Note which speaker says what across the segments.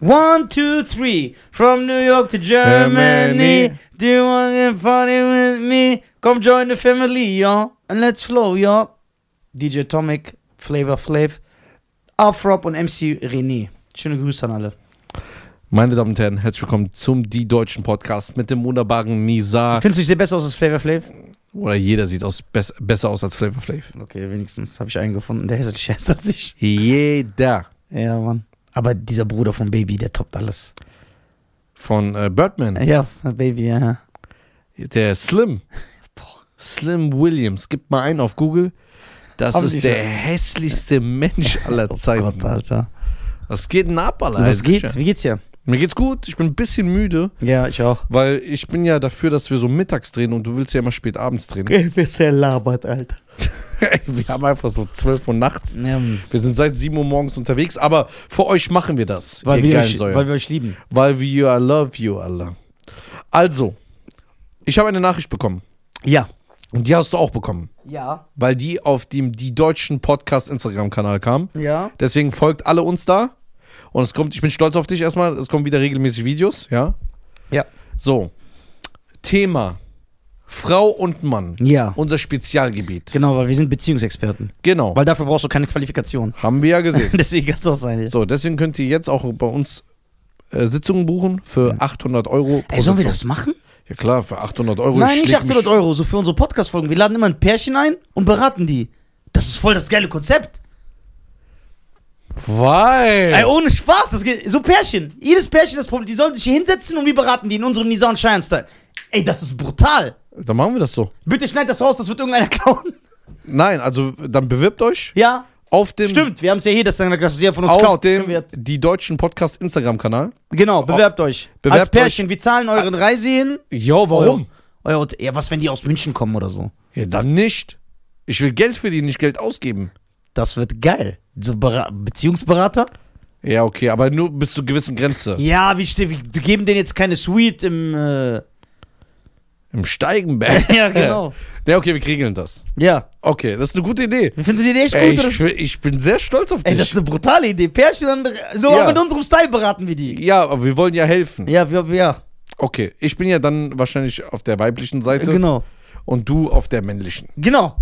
Speaker 1: One, two, three. From New York to Germany.
Speaker 2: Germany.
Speaker 1: Do you want to party with me? Come join the family, y'all. And let's flow, y'all. DJ Tomic, Flavor Flav, Afrop und MC René. Schöne Grüße an alle.
Speaker 2: Meine Damen und Herren, herzlich willkommen zum Die Deutschen Podcast mit dem wunderbaren Nisa.
Speaker 1: Findest du, ich sehe besser aus als Flavor Flav?
Speaker 2: Oder jeder sieht aus, bess- besser aus als Flavor Flav.
Speaker 1: Okay, wenigstens habe ich einen gefunden, der hässlicher ist als ich.
Speaker 2: Jeder.
Speaker 1: Ja, Mann. Aber dieser Bruder von Baby, der toppt alles.
Speaker 2: Von äh, Birdman.
Speaker 1: Ja, Baby, ja.
Speaker 2: Der Slim. Slim Williams. Gib mal ein auf Google. Das
Speaker 1: Haben die
Speaker 2: ist der
Speaker 1: schon.
Speaker 2: hässlichste Mensch aller
Speaker 1: Oh
Speaker 2: Zeiten.
Speaker 1: Gott, Alter.
Speaker 2: Was geht denn ab, Alter?
Speaker 1: Was geht?
Speaker 2: Ja.
Speaker 1: Wie geht's dir?
Speaker 2: Mir geht's gut. Ich bin ein bisschen müde,
Speaker 1: Ja, ich auch.
Speaker 2: weil ich bin ja dafür, dass wir so mittags drehen und du willst ja immer spät abends drehen.
Speaker 1: Ich bin sehr labert, Alter.
Speaker 2: wir haben einfach so 12 Uhr nachts.
Speaker 1: Ja, Mann.
Speaker 2: Wir sind seit 7 Uhr morgens unterwegs, aber für euch machen wir das.
Speaker 1: weil,
Speaker 2: ihr
Speaker 1: wir
Speaker 2: geilen
Speaker 1: euch,
Speaker 2: Säue.
Speaker 1: weil wir euch lieben.
Speaker 2: Weil wir I love you, Allah. Also, ich habe eine Nachricht bekommen.
Speaker 1: Ja.
Speaker 2: Und die hast du auch bekommen.
Speaker 1: Ja.
Speaker 2: Weil die auf dem Die Deutschen Podcast Instagram-Kanal kam.
Speaker 1: Ja.
Speaker 2: Deswegen folgt alle uns da. Und es kommt, ich bin stolz auf dich erstmal. Es kommen wieder regelmäßig Videos, ja?
Speaker 1: Ja.
Speaker 2: So. Thema: Frau und Mann.
Speaker 1: Ja.
Speaker 2: Unser Spezialgebiet.
Speaker 1: Genau, weil wir sind Beziehungsexperten.
Speaker 2: Genau.
Speaker 1: Weil dafür brauchst du keine Qualifikation.
Speaker 2: Haben wir ja gesehen.
Speaker 1: Deswegen kann's auch sein.
Speaker 2: So, deswegen könnt ihr jetzt auch bei uns äh, Sitzungen buchen für 800 Euro pro
Speaker 1: Ey, sollen wir
Speaker 2: Sitzung.
Speaker 1: das machen?
Speaker 2: Ja klar, für 800 Euro.
Speaker 1: Nein,
Speaker 2: schlägt
Speaker 1: nicht
Speaker 2: mich-
Speaker 1: 800 Euro, so für unsere Podcast-Folgen. Wir laden immer ein Pärchen ein und beraten die. Das ist voll das geile Konzept.
Speaker 2: Weil.
Speaker 1: Ey, oh. ohne Spaß, das geht. So Pärchen. Jedes Pärchen das Problem. Die sollen sich hier hinsetzen und wir beraten die in unserem Nisa und Shine-Style. Ey, das ist brutal.
Speaker 2: Dann machen wir das so.
Speaker 1: Bitte schneid das raus, das wird irgendeiner klauen.
Speaker 2: Nein, also dann bewirbt euch
Speaker 1: Ja,
Speaker 2: auf dem.
Speaker 1: stimmt. Wir haben es ja hier, dass dann das ist ja von uns
Speaker 2: Auf
Speaker 1: klaut. Das
Speaker 2: Hm. dem
Speaker 1: können wir jetzt-
Speaker 2: die deutschen Podcast Instagram-Kanal.
Speaker 1: Genau, bewerbt euch. Ah,
Speaker 2: bewerbt
Speaker 1: Als Pärchen, wir zahlen euren Reise hin.
Speaker 2: Jo, warum?
Speaker 1: Euer, euer, ja, was, wenn die aus München kommen oder so?
Speaker 2: Ja, dann nicht. Ich will Geld verdienen, nicht Geld ausgeben.
Speaker 1: Das wird geil. So Bera- Beziehungsberater?
Speaker 2: Ja, okay, aber nur bis zu gewissen Grenze.
Speaker 1: Ja, wir, ste- wir geben denen jetzt keine Suite im. Äh,
Speaker 2: Im Steigenberg.
Speaker 1: Ja, genau.
Speaker 2: Ja, okay, wir regeln das.
Speaker 1: ja.
Speaker 2: Okay, das ist eine gute Idee.
Speaker 1: Wie findest du die echt
Speaker 2: Ey,
Speaker 1: gut?
Speaker 2: ich,
Speaker 1: oder?
Speaker 2: ich bin sehr stolz auf dich.
Speaker 1: Ey, das ist eine brutale Idee. Pärchen, dann, so
Speaker 2: Ja.
Speaker 1: auch mit unserem Style beraten wir die.
Speaker 2: ja, aber wir wollen ja helfen.
Speaker 1: Ja, wir, wir- ja.
Speaker 2: Okay, ich bin ja dann wahrscheinlich auf der weiblichen Seite
Speaker 1: Genau.
Speaker 2: und du auf der männlichen.
Speaker 1: Genau.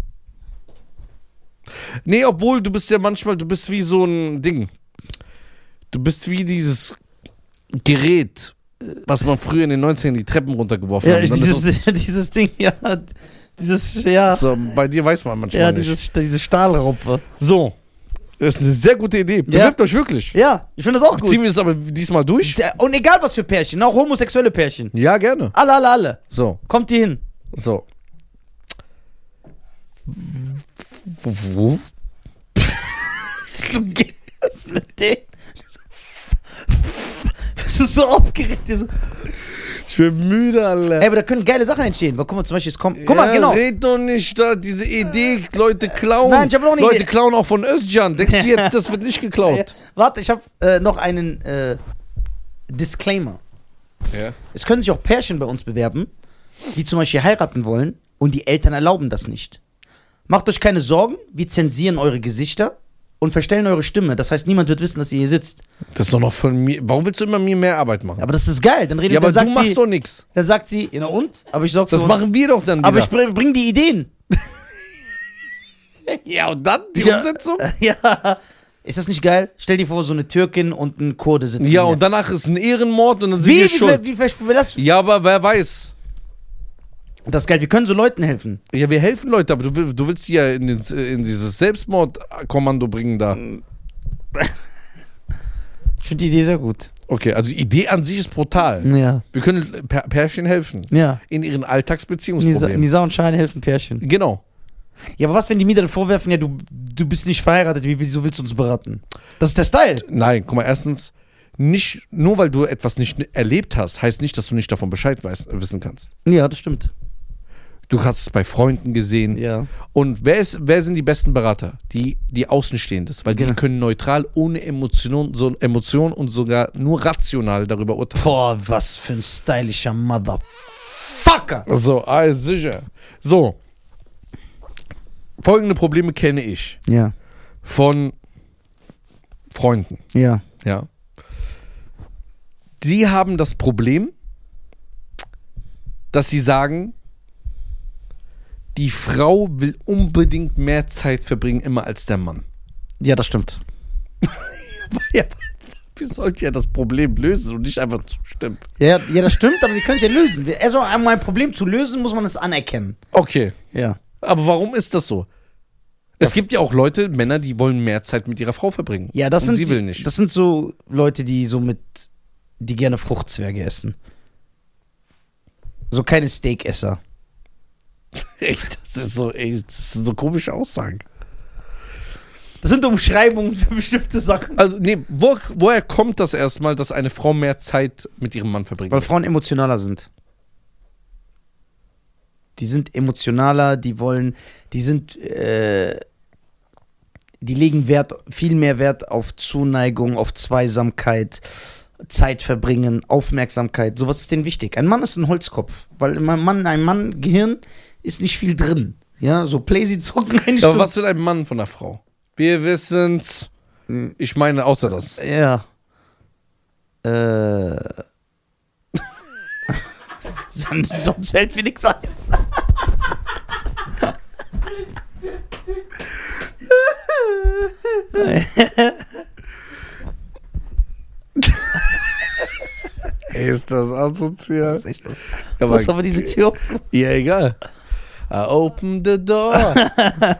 Speaker 2: Nee, obwohl du bist ja manchmal, du bist wie so ein Ding. Du bist wie dieses Gerät, was man früher in den 90ern die Treppen runtergeworfen
Speaker 1: Ja,
Speaker 2: hat. Und dann ist
Speaker 1: dieses, dieses Ding, ja. Dieses, ja.
Speaker 2: das so, bei dir weiß man manchmal
Speaker 1: Ja,
Speaker 2: nicht.
Speaker 1: dieses, diese Stahlruppe.
Speaker 2: so, das ist eine sehr gute Idee. Bewerbt euch wirklich.
Speaker 1: Ja, ich finde das auch gut.
Speaker 2: Ziehen wir es aber diesmal durch?
Speaker 1: Der- Und egal was für Pärchen, auch homosexuelle Pärchen.
Speaker 2: Ja, gerne.
Speaker 1: Alle, alle, alle.
Speaker 2: So,
Speaker 1: Kommt ihr hin.
Speaker 2: so. Wo?
Speaker 1: So geht das mit dem. Das ist so aufgeregt. hier So.
Speaker 2: Ich bin müde, Alter.
Speaker 1: Ey, aber da können geile Sachen entstehen. Weil, guck mal, zum Beispiel, es kommt. Guck mal,
Speaker 2: Ja,
Speaker 1: genau.
Speaker 2: Red doch nicht da, diese Idee, Leute klauen.
Speaker 1: Nein, ich hab noch eine
Speaker 2: Leute
Speaker 1: Idee.
Speaker 2: klauen auch von Özcan. Denkst du jetzt, das wird nicht
Speaker 1: Ja,
Speaker 2: geklaut?
Speaker 1: warte, ich habe äh, noch einen äh, Disclaimer.
Speaker 2: Ja.
Speaker 1: Es können sich auch Pärchen bei uns bewerben, die zum Beispiel heiraten wollen und die Eltern erlauben das nicht. Macht euch keine Sorgen, wir zensieren eure Gesichter und verstellen eure Stimme. Das heißt, niemand wird wissen, dass ihr hier sitzt.
Speaker 2: Das ist doch noch von mir. Warum willst du immer mir mehr Arbeit machen?
Speaker 1: Aber das ist geil. Dann redet
Speaker 2: Ja, aber
Speaker 1: dann sagt
Speaker 2: du machst
Speaker 1: sie,
Speaker 2: doch nichts.
Speaker 1: Dann sagt sie, ja, na und? Aber ich sorge
Speaker 2: Das machen wir doch dann wieder.
Speaker 1: Aber ich bring, bring die Ideen.
Speaker 2: ja, und dann die
Speaker 1: Ja.
Speaker 2: Umsetzung?
Speaker 1: ja. Ist das nicht geil? Stell dir vor, so eine Türkin und ein Kurde sitzen.
Speaker 2: Ja, und
Speaker 1: dann
Speaker 2: danach ist ein Ehrenmord und dann sind
Speaker 1: wie,
Speaker 2: wir
Speaker 1: wie, wie,
Speaker 2: schuld.
Speaker 1: wie, wie, das,
Speaker 2: Ja, aber wer weiß.
Speaker 1: das ist geil. Wir können so Leuten helfen.
Speaker 2: Ja, wir helfen Leute, aber du, will- du willst die ja in, den, in dieses Selbstmordkommando bringen da.
Speaker 1: Ich finde die Idee sehr gut.
Speaker 2: Okay, also die Idee an sich ist brutal.
Speaker 1: Ja.
Speaker 2: Wir können Pär- Pärchen helfen.
Speaker 1: Ja.
Speaker 2: In ihren
Speaker 1: Nisa,
Speaker 2: Alltagsbeziehungsproblemen.
Speaker 1: Nisa und Schein helfen Pärchen.
Speaker 2: Genau.
Speaker 1: Ja, aber was, wenn die mir dann vorwerfen, ja, du, du bist nicht verheiratet, wie, wieso willst du uns beraten? Das ist der Style.
Speaker 2: Nein, guck mal, erstens, nicht, nur weil du etwas nicht erlebt hast, heißt nicht, dass du nicht davon Bescheid weißt, wissen kannst.
Speaker 1: Ja, das stimmt.
Speaker 2: Du hast es bei Freunden gesehen.
Speaker 1: Ja.
Speaker 2: Und wer, ist, wer sind die besten Berater? Die, die Außenstehendes, weil
Speaker 1: Genau.
Speaker 2: die können neutral, ohne Emotion, so Emotion und sogar nur rational darüber urteilen.
Speaker 1: Boah, was für ein stylischer Motherfucker.
Speaker 2: So, ah, ist sicher. So. Folgende Probleme kenne ich
Speaker 1: Ja,
Speaker 2: von Freunden,
Speaker 1: ja.
Speaker 2: ja. die haben das Problem, dass sie sagen, die Frau will unbedingt mehr Zeit verbringen immer als der Mann.
Speaker 1: Ja, das stimmt.
Speaker 2: Ja, wir sollten ja das Problem lösen und nicht einfach zustimmen.
Speaker 1: Ja, ja das stimmt, aber wir können es ja lösen. Wir- Also, um ein Problem zu lösen, muss man es anerkennen.
Speaker 2: Okay,
Speaker 1: Ja.
Speaker 2: aber warum ist das so? Es gibt ja auch Leute, Männer, die wollen mehr Zeit mit ihrer Frau verbringen.
Speaker 1: Ja, das
Speaker 2: und
Speaker 1: sind,
Speaker 2: sie
Speaker 1: die-
Speaker 2: will nicht.
Speaker 1: das sind so Leute, die so mit, die gerne Fruchtzwerge essen. So keine Steakesser.
Speaker 2: Ey, das ist so, ey, das sind so komische Aussagen.
Speaker 1: Das sind Umschreibungen für bestimmte Sachen.
Speaker 2: Also, nee, wo, woher kommt das erstmal, dass eine Frau mehr Zeit mit ihrem Mann verbringt?
Speaker 1: Weil Frauen emotionaler sind. Die sind emotionaler, die wollen, die sind, äh, die legen Wert, viel mehr Wert auf Zuneigung, auf Zweisamkeit, Zeit verbringen, Aufmerksamkeit. Sowas ist denen wichtig. Ein Mann ist ein Holzkopf, weil ein Mann, ein Mann Gehirn ist nicht viel drin. Ja, so Playsy zocken eine
Speaker 2: Aber
Speaker 1: Stunde.
Speaker 2: was will ein Mann von einer Frau? Wir wissen's. Ich meine, außer das.
Speaker 1: Ja. Äh. Sonst sonst fällt mir nichts ein.
Speaker 2: Ist das asozial?
Speaker 1: Das ist echt lustig. Du
Speaker 2: Aber,
Speaker 1: hast aber diese Tür. offen.
Speaker 2: ja, egal. I open the door.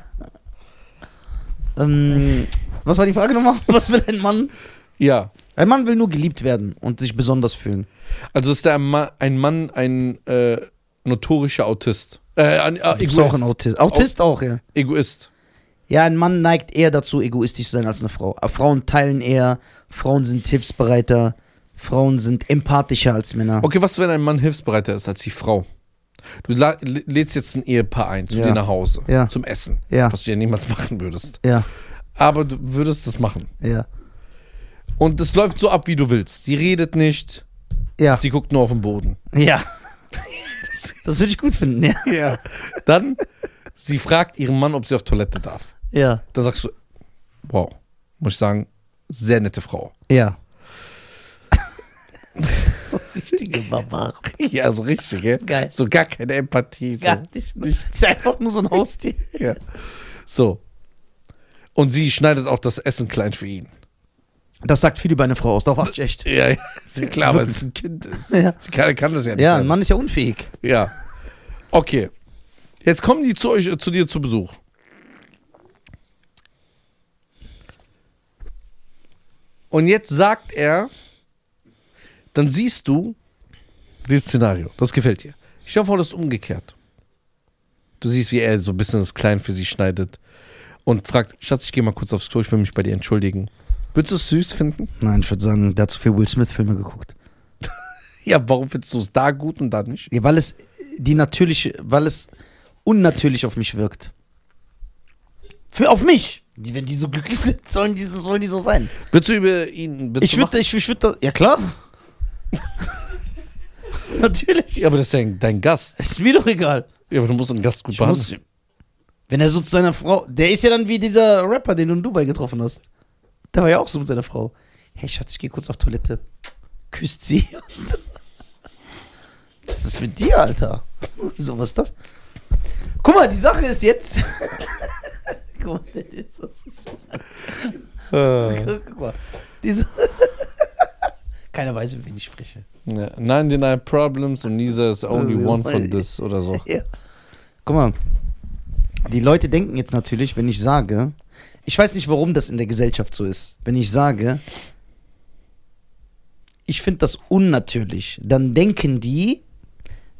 Speaker 1: Ähm, was war die Frage nochmal? Was will ein Mann?
Speaker 2: ja.
Speaker 1: Ein Mann will nur geliebt werden und sich besonders fühlen.
Speaker 2: Also ist der Ma ein Mann ein äh, notorischer Autist. Äh, ein, äh,
Speaker 1: Ist auch ein
Speaker 2: Egoist.
Speaker 1: Autist. Autist auch, ja.
Speaker 2: Egoist.
Speaker 1: Ja, ein Mann neigt eher dazu, egoistisch zu sein als eine Frau. Aber Frauen teilen eher, Frauen sind hilfsbereiter, Frauen sind empathischer als Männer.
Speaker 2: Okay, was, wenn ein Mann hilfsbereiter ist als die Frau? Du la- lä- lädst jetzt ein Ehepaar ein zu
Speaker 1: Ja.
Speaker 2: dir nach Hause
Speaker 1: Ja.
Speaker 2: zum Essen,
Speaker 1: Ja.
Speaker 2: was du ja niemals machen würdest.
Speaker 1: Ja,
Speaker 2: Aber du würdest das machen.
Speaker 1: ja.
Speaker 2: Und es läuft so ab, wie du willst. Sie redet nicht,
Speaker 1: Ja.
Speaker 2: sie guckt nur auf den Boden.
Speaker 1: Ja. Das würde ich gut finden, ja.
Speaker 2: Ja. Dann, sie fragt ihren Mann, ob sie auf Toilette darf.
Speaker 1: Ja.
Speaker 2: Dann sagst du, wow, muss ich sagen, sehr nette Frau.
Speaker 1: Ja. so richtige Barbaren.
Speaker 2: Ja, so richtig, gell?
Speaker 1: Geil.
Speaker 2: So gar keine Empathie. So.
Speaker 1: Gar nicht. Ist einfach nur so ein Haustier.
Speaker 2: Ja. so. Und sie schneidet auch das Essen klein für ihn.
Speaker 1: Das sagt viel über eine Frau aus, darauf achte ich echt.
Speaker 2: Ja, ja, ist ja klar, weil es ein Kind ist.
Speaker 1: Ja.
Speaker 2: Sie kann, kann das ja nicht.
Speaker 1: Ja, ein
Speaker 2: selber.
Speaker 1: Mann ist ja unfähig.
Speaker 2: Ja. Okay. Jetzt kommen die zu euch, äh, zu dir zu Besuch. Und jetzt sagt er, dann siehst du dieses Szenario. Das gefällt dir. Ich stell dir vor, das ist umgekehrt. Du siehst, wie er so ein bisschen das Klein für sie schneidet und fragt, Schatz, ich gehe mal kurz aufs Klo, ich will mich bei dir entschuldigen. Würdest du es süß finden?
Speaker 1: Nein, ich würde sagen, der hat zu viel Will Smith-Filme geguckt.
Speaker 2: Ja, warum findest du es da gut und da nicht?
Speaker 1: Ja, weil es die natürliche, weil es unnatürlich auf mich wirkt. Für auf mich! Die, wenn die so glücklich sind, sollen die, sollen die so sein.
Speaker 2: Würdest du über ihn Witze
Speaker 1: Ich würde, ich, ich würde das. Ja klar. Natürlich.
Speaker 2: Ja, aber das ist ja dein Gast.
Speaker 1: Ist mir doch egal.
Speaker 2: Ja, aber du musst einen Gast gut
Speaker 1: Ich
Speaker 2: behandeln.
Speaker 1: muss, wenn er so zu seiner Frau. Der ist ja dann wie dieser Rapper, den du in Dubai getroffen hast. Der war ja auch so mit seiner Frau. Hey Schatz, ich geh kurz auf Toilette. Küsst sie. Was ist das mit dir, Alter? So, was ist das? Guck mal, die Sache ist jetzt. Guck mal, der ist das.
Speaker 2: Äh,
Speaker 1: Guck mal. Diese Keiner weiß, mit wem ich spreche.
Speaker 2: ne, 99 Problems und Nisa is only
Speaker 1: Ja,
Speaker 2: one
Speaker 1: weil-
Speaker 2: von this oder so.
Speaker 1: Ja. Guck mal, die Leute denken jetzt natürlich, wenn ich sage, ich weiß nicht, warum das in der Gesellschaft so ist, wenn ich sage, ich finde das unnatürlich, dann denken die,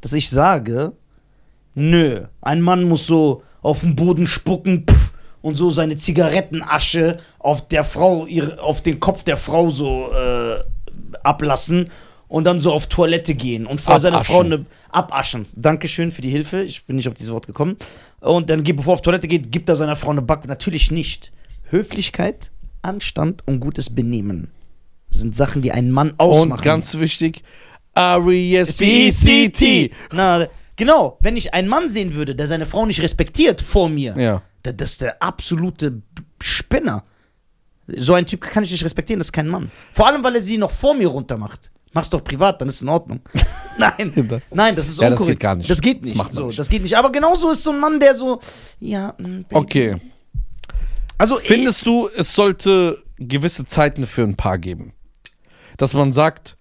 Speaker 1: dass ich sage, nö, ein Mann muss so auf den Boden spucken pff, und so seine Zigarettenasche auf der Frau, ihre, auf den Kopf der Frau so äh, ablassen und dann so auf Toilette gehen und vor seiner Frau
Speaker 2: Abaschen.
Speaker 1: eine abaschen. Dankeschön für die Hilfe. Ich bin nicht auf dieses Wort gekommen. Und dann, geht- bevor er auf Toilette geht, gibt er seiner Frau eine Back. Natürlich nicht. Höflichkeit, Anstand und gutes Benehmen sind Sachen, die einen Mann ausmachen.
Speaker 2: Und ganz wichtig, R-E-S-P-E-C-T.
Speaker 1: PCT. Na, genau, wenn ich einen Mann sehen würde, der seine Frau nicht respektiert vor mir,
Speaker 2: Ja.
Speaker 1: da- das ist der absolute Spinner. So einen Typ kann ich nicht respektieren, das ist kein Mann. Vor allem, weil er sie noch vor mir runtermacht. Mach's doch privat, dann ist es in Ordnung. Nein, nein, das ist
Speaker 2: Ja, das
Speaker 1: unkorrekt.
Speaker 2: geht gar nicht.
Speaker 1: Das geht
Speaker 2: Das
Speaker 1: nicht.
Speaker 2: macht man
Speaker 1: so,
Speaker 2: nicht.
Speaker 1: das geht nicht. Aber genauso ist so ein Mann, der so, ja, mh, Baby.
Speaker 2: Okay.
Speaker 1: Also ich-
Speaker 2: Findest du, es sollte gewisse Zeiten für ein Paar geben? Dass man sagt,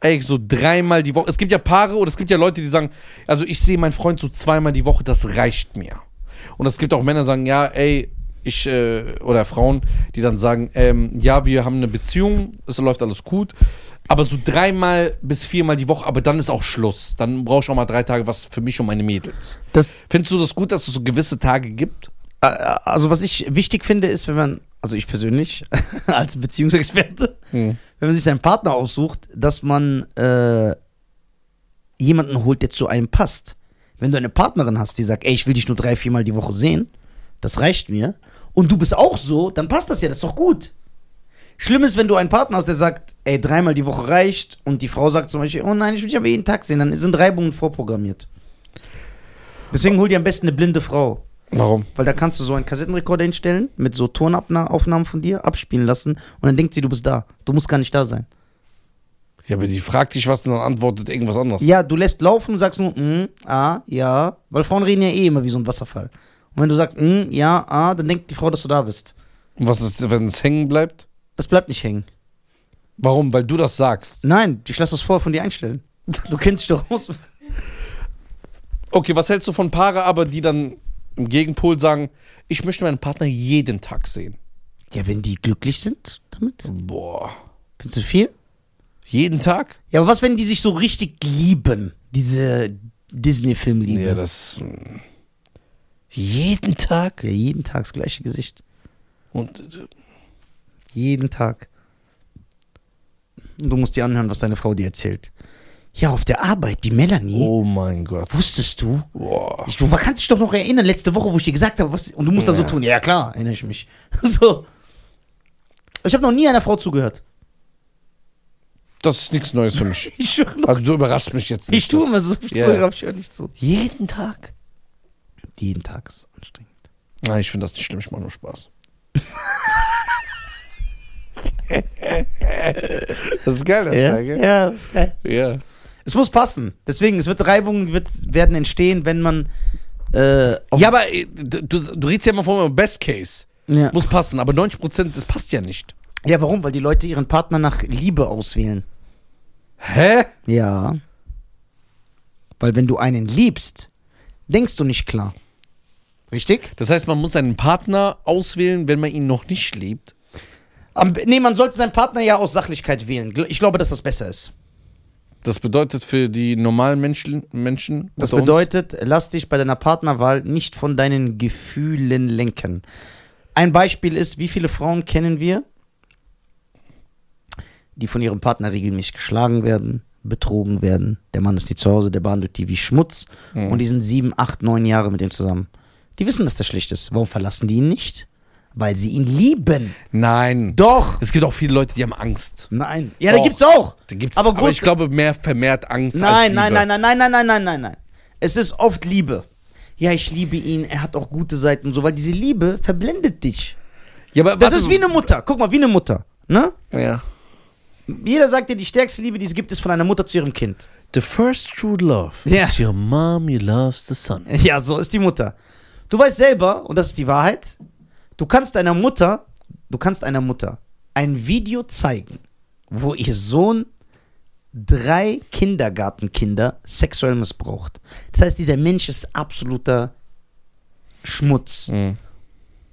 Speaker 2: ey, so dreimal die Woche. Es gibt ja Paare oder es gibt ja Leute, die sagen, also ich sehe meinen Freund so zweimal die Woche, das reicht mir. Und es gibt auch Männer, die sagen, ja, ey, ich, äh, oder Frauen, die dann sagen, ähm, ja, wir haben eine Beziehung, es läuft alles gut, aber so dreimal bis viermal die Woche, aber dann ist auch Schluss. Dann brauche ich auch mal drei Tage was für mich und meine Mädels.
Speaker 1: das,
Speaker 2: Findest du das gut, dass es so gewisse Tage gibt?
Speaker 1: äh, also was ich wichtig finde, ist, wenn man, also ich persönlich als Beziehungsexperte, wenn man sich seinen Partner aussucht, dass man äh, jemanden holt, der zu einem passt. Wenn du eine Partnerin hast, die sagt, ey, ich will dich nur drei, viermal die Woche sehen, das reicht mir, und du bist auch so, dann passt das ja, das ist doch gut. Schlimm ist, wenn du einen Partner hast, der sagt, ey, dreimal die Woche reicht, und die Frau sagt zum Beispiel, oh nein, ich will dich aber jeden Tag sehen, dann sind Reibungen vorprogrammiert. Deswegen hol dir am besten eine blinde Frau.
Speaker 2: Warum?
Speaker 1: Weil da kannst du so einen Kassettenrekorder hinstellen, mit so Tonaufnahmen von dir, abspielen lassen und dann denkt sie, du bist da. Du musst gar nicht da sein.
Speaker 2: Ja, aber sie fragt dich was und dann antwortet irgendwas anderes.
Speaker 1: Ja, du lässt laufen und sagst nur, mm, ah, ja, weil Frauen reden ja eh immer wie so ein Wasserfall. Und wenn du sagst, mm, ja, ah, dann denkt die Frau, dass du da bist.
Speaker 2: Und was ist, wenn es hängen bleibt?
Speaker 1: Das bleibt nicht hängen.
Speaker 2: Warum? Weil du das sagst.
Speaker 1: Nein, ich lasse das vorher von dir einstellen. Du kennst dich doch aus.
Speaker 2: Okay, was hältst du von Paare aber, die dann im Gegenpol sagen, ich möchte meinen Partner jeden Tag sehen?
Speaker 1: Ja, wenn die glücklich sind damit.
Speaker 2: Boah.
Speaker 1: Findest du viel?
Speaker 2: Jeden Tag?
Speaker 1: Ja, aber was, wenn die sich so richtig lieben? Diese Disney-Film-Liebe.
Speaker 2: Ja, das. hm. Jeden Tag?
Speaker 1: ja, jeden Tag das gleiche Gesicht.
Speaker 2: Und äh,
Speaker 1: Jeden Tag. Und du musst dir anhören, was deine Frau dir erzählt. Ja, auf der Arbeit, die Melanie.
Speaker 2: oh mein Gott.
Speaker 1: Wusstest du?
Speaker 2: Boah.
Speaker 1: Ich, du kannst dich doch noch erinnern, letzte Woche, wo ich dir gesagt habe, was. Und du musst dann
Speaker 2: Ja.
Speaker 1: so tun. Ja, klar, erinnere ich mich. So. Ich habe noch nie einer Frau zugehört.
Speaker 2: Das ist nichts Neues für mich.
Speaker 1: Ich schwöre noch.
Speaker 2: Also du überraschst mich jetzt nicht.
Speaker 1: ich tue
Speaker 2: das-
Speaker 1: immer so viel
Speaker 2: Ja.
Speaker 1: Zuhörer, aber ich höre nicht zu.
Speaker 2: Jeden Tag?
Speaker 1: Jeden Tag ist anstrengend.
Speaker 2: Nein, Ah, ich finde das nicht schlimm, ich mache nur Spaß. das ist geil, das
Speaker 1: Ja,
Speaker 2: Teil, gell?
Speaker 1: ja das ist geil.
Speaker 2: Ja.
Speaker 1: Es muss passen. Deswegen, es wird Reibungen wird, werden entstehen, wenn man. Äh, auf-
Speaker 2: Ja, aber äh, du, du redest ja immer vom Best Case.
Speaker 1: ja.
Speaker 2: Muss passen, aber 90% das passt ja nicht.
Speaker 1: ja, warum? Weil die Leute ihren Partner nach Liebe auswählen.
Speaker 2: Hä?
Speaker 1: Ja. Weil wenn du einen liebst, denkst du nicht klar. Richtig?
Speaker 2: Das heißt, man muss seinen Partner auswählen, wenn man ihn noch nicht liebt.
Speaker 1: Am, nee, man sollte seinen Partner ja aus Sachlichkeit wählen. Gl- Ich glaube, dass das besser ist.
Speaker 2: Das bedeutet für die normalen Menschen. Menschen
Speaker 1: Das
Speaker 2: unter uns-
Speaker 1: bedeutet, lass dich bei deiner Partnerwahl nicht von deinen Gefühlen lenken. Ein Beispiel ist, wie viele Frauen kennen wir, die von ihrem Partner regelmäßig geschlagen werden, betrogen werden. Der Mann ist nicht zu Hause, der behandelt die wie Schmutz
Speaker 2: Mhm.
Speaker 1: und die sind sieben, acht, neun Jahre mit ihm zusammen. Die wissen, dass das schlecht ist. Warum verlassen die ihn nicht? Weil sie ihn lieben.
Speaker 2: Nein.
Speaker 1: Doch.
Speaker 2: Es gibt auch viele Leute, die haben Angst.
Speaker 1: Nein. Ja, da
Speaker 2: Doch.
Speaker 1: gibt's auch.
Speaker 2: Da gibt's,
Speaker 1: aber
Speaker 2: aber,
Speaker 1: groß,
Speaker 2: ich glaube, mehr vermehrt Angst als
Speaker 1: Nein,
Speaker 2: Liebe.
Speaker 1: nein, nein, nein, nein, nein, nein, nein, nein, nein. Es ist oft Liebe. Ja, ich liebe ihn, er hat auch gute Seiten und so, weil diese Liebe verblendet dich.
Speaker 2: Ja, aber
Speaker 1: Das
Speaker 2: warte,
Speaker 1: ist wie eine Mutter. Guck mal, wie eine Mutter. Ne?
Speaker 2: Ja.
Speaker 1: Jeder sagt dir, die stärkste Liebe, die es gibt, ist von einer Mutter zu ihrem Kind.
Speaker 2: The first true love
Speaker 1: Ja.
Speaker 2: is your mom, you loves the son.
Speaker 1: Ja, so ist die Mutter. Du weißt selber, und das ist die Wahrheit, du kannst einer Mutter, du kannst einer Mutter ein Video zeigen, wo ihr Sohn drei Kindergartenkinder sexuell missbraucht. Das heißt, dieser Mensch ist absoluter Schmutz.
Speaker 2: Mhm.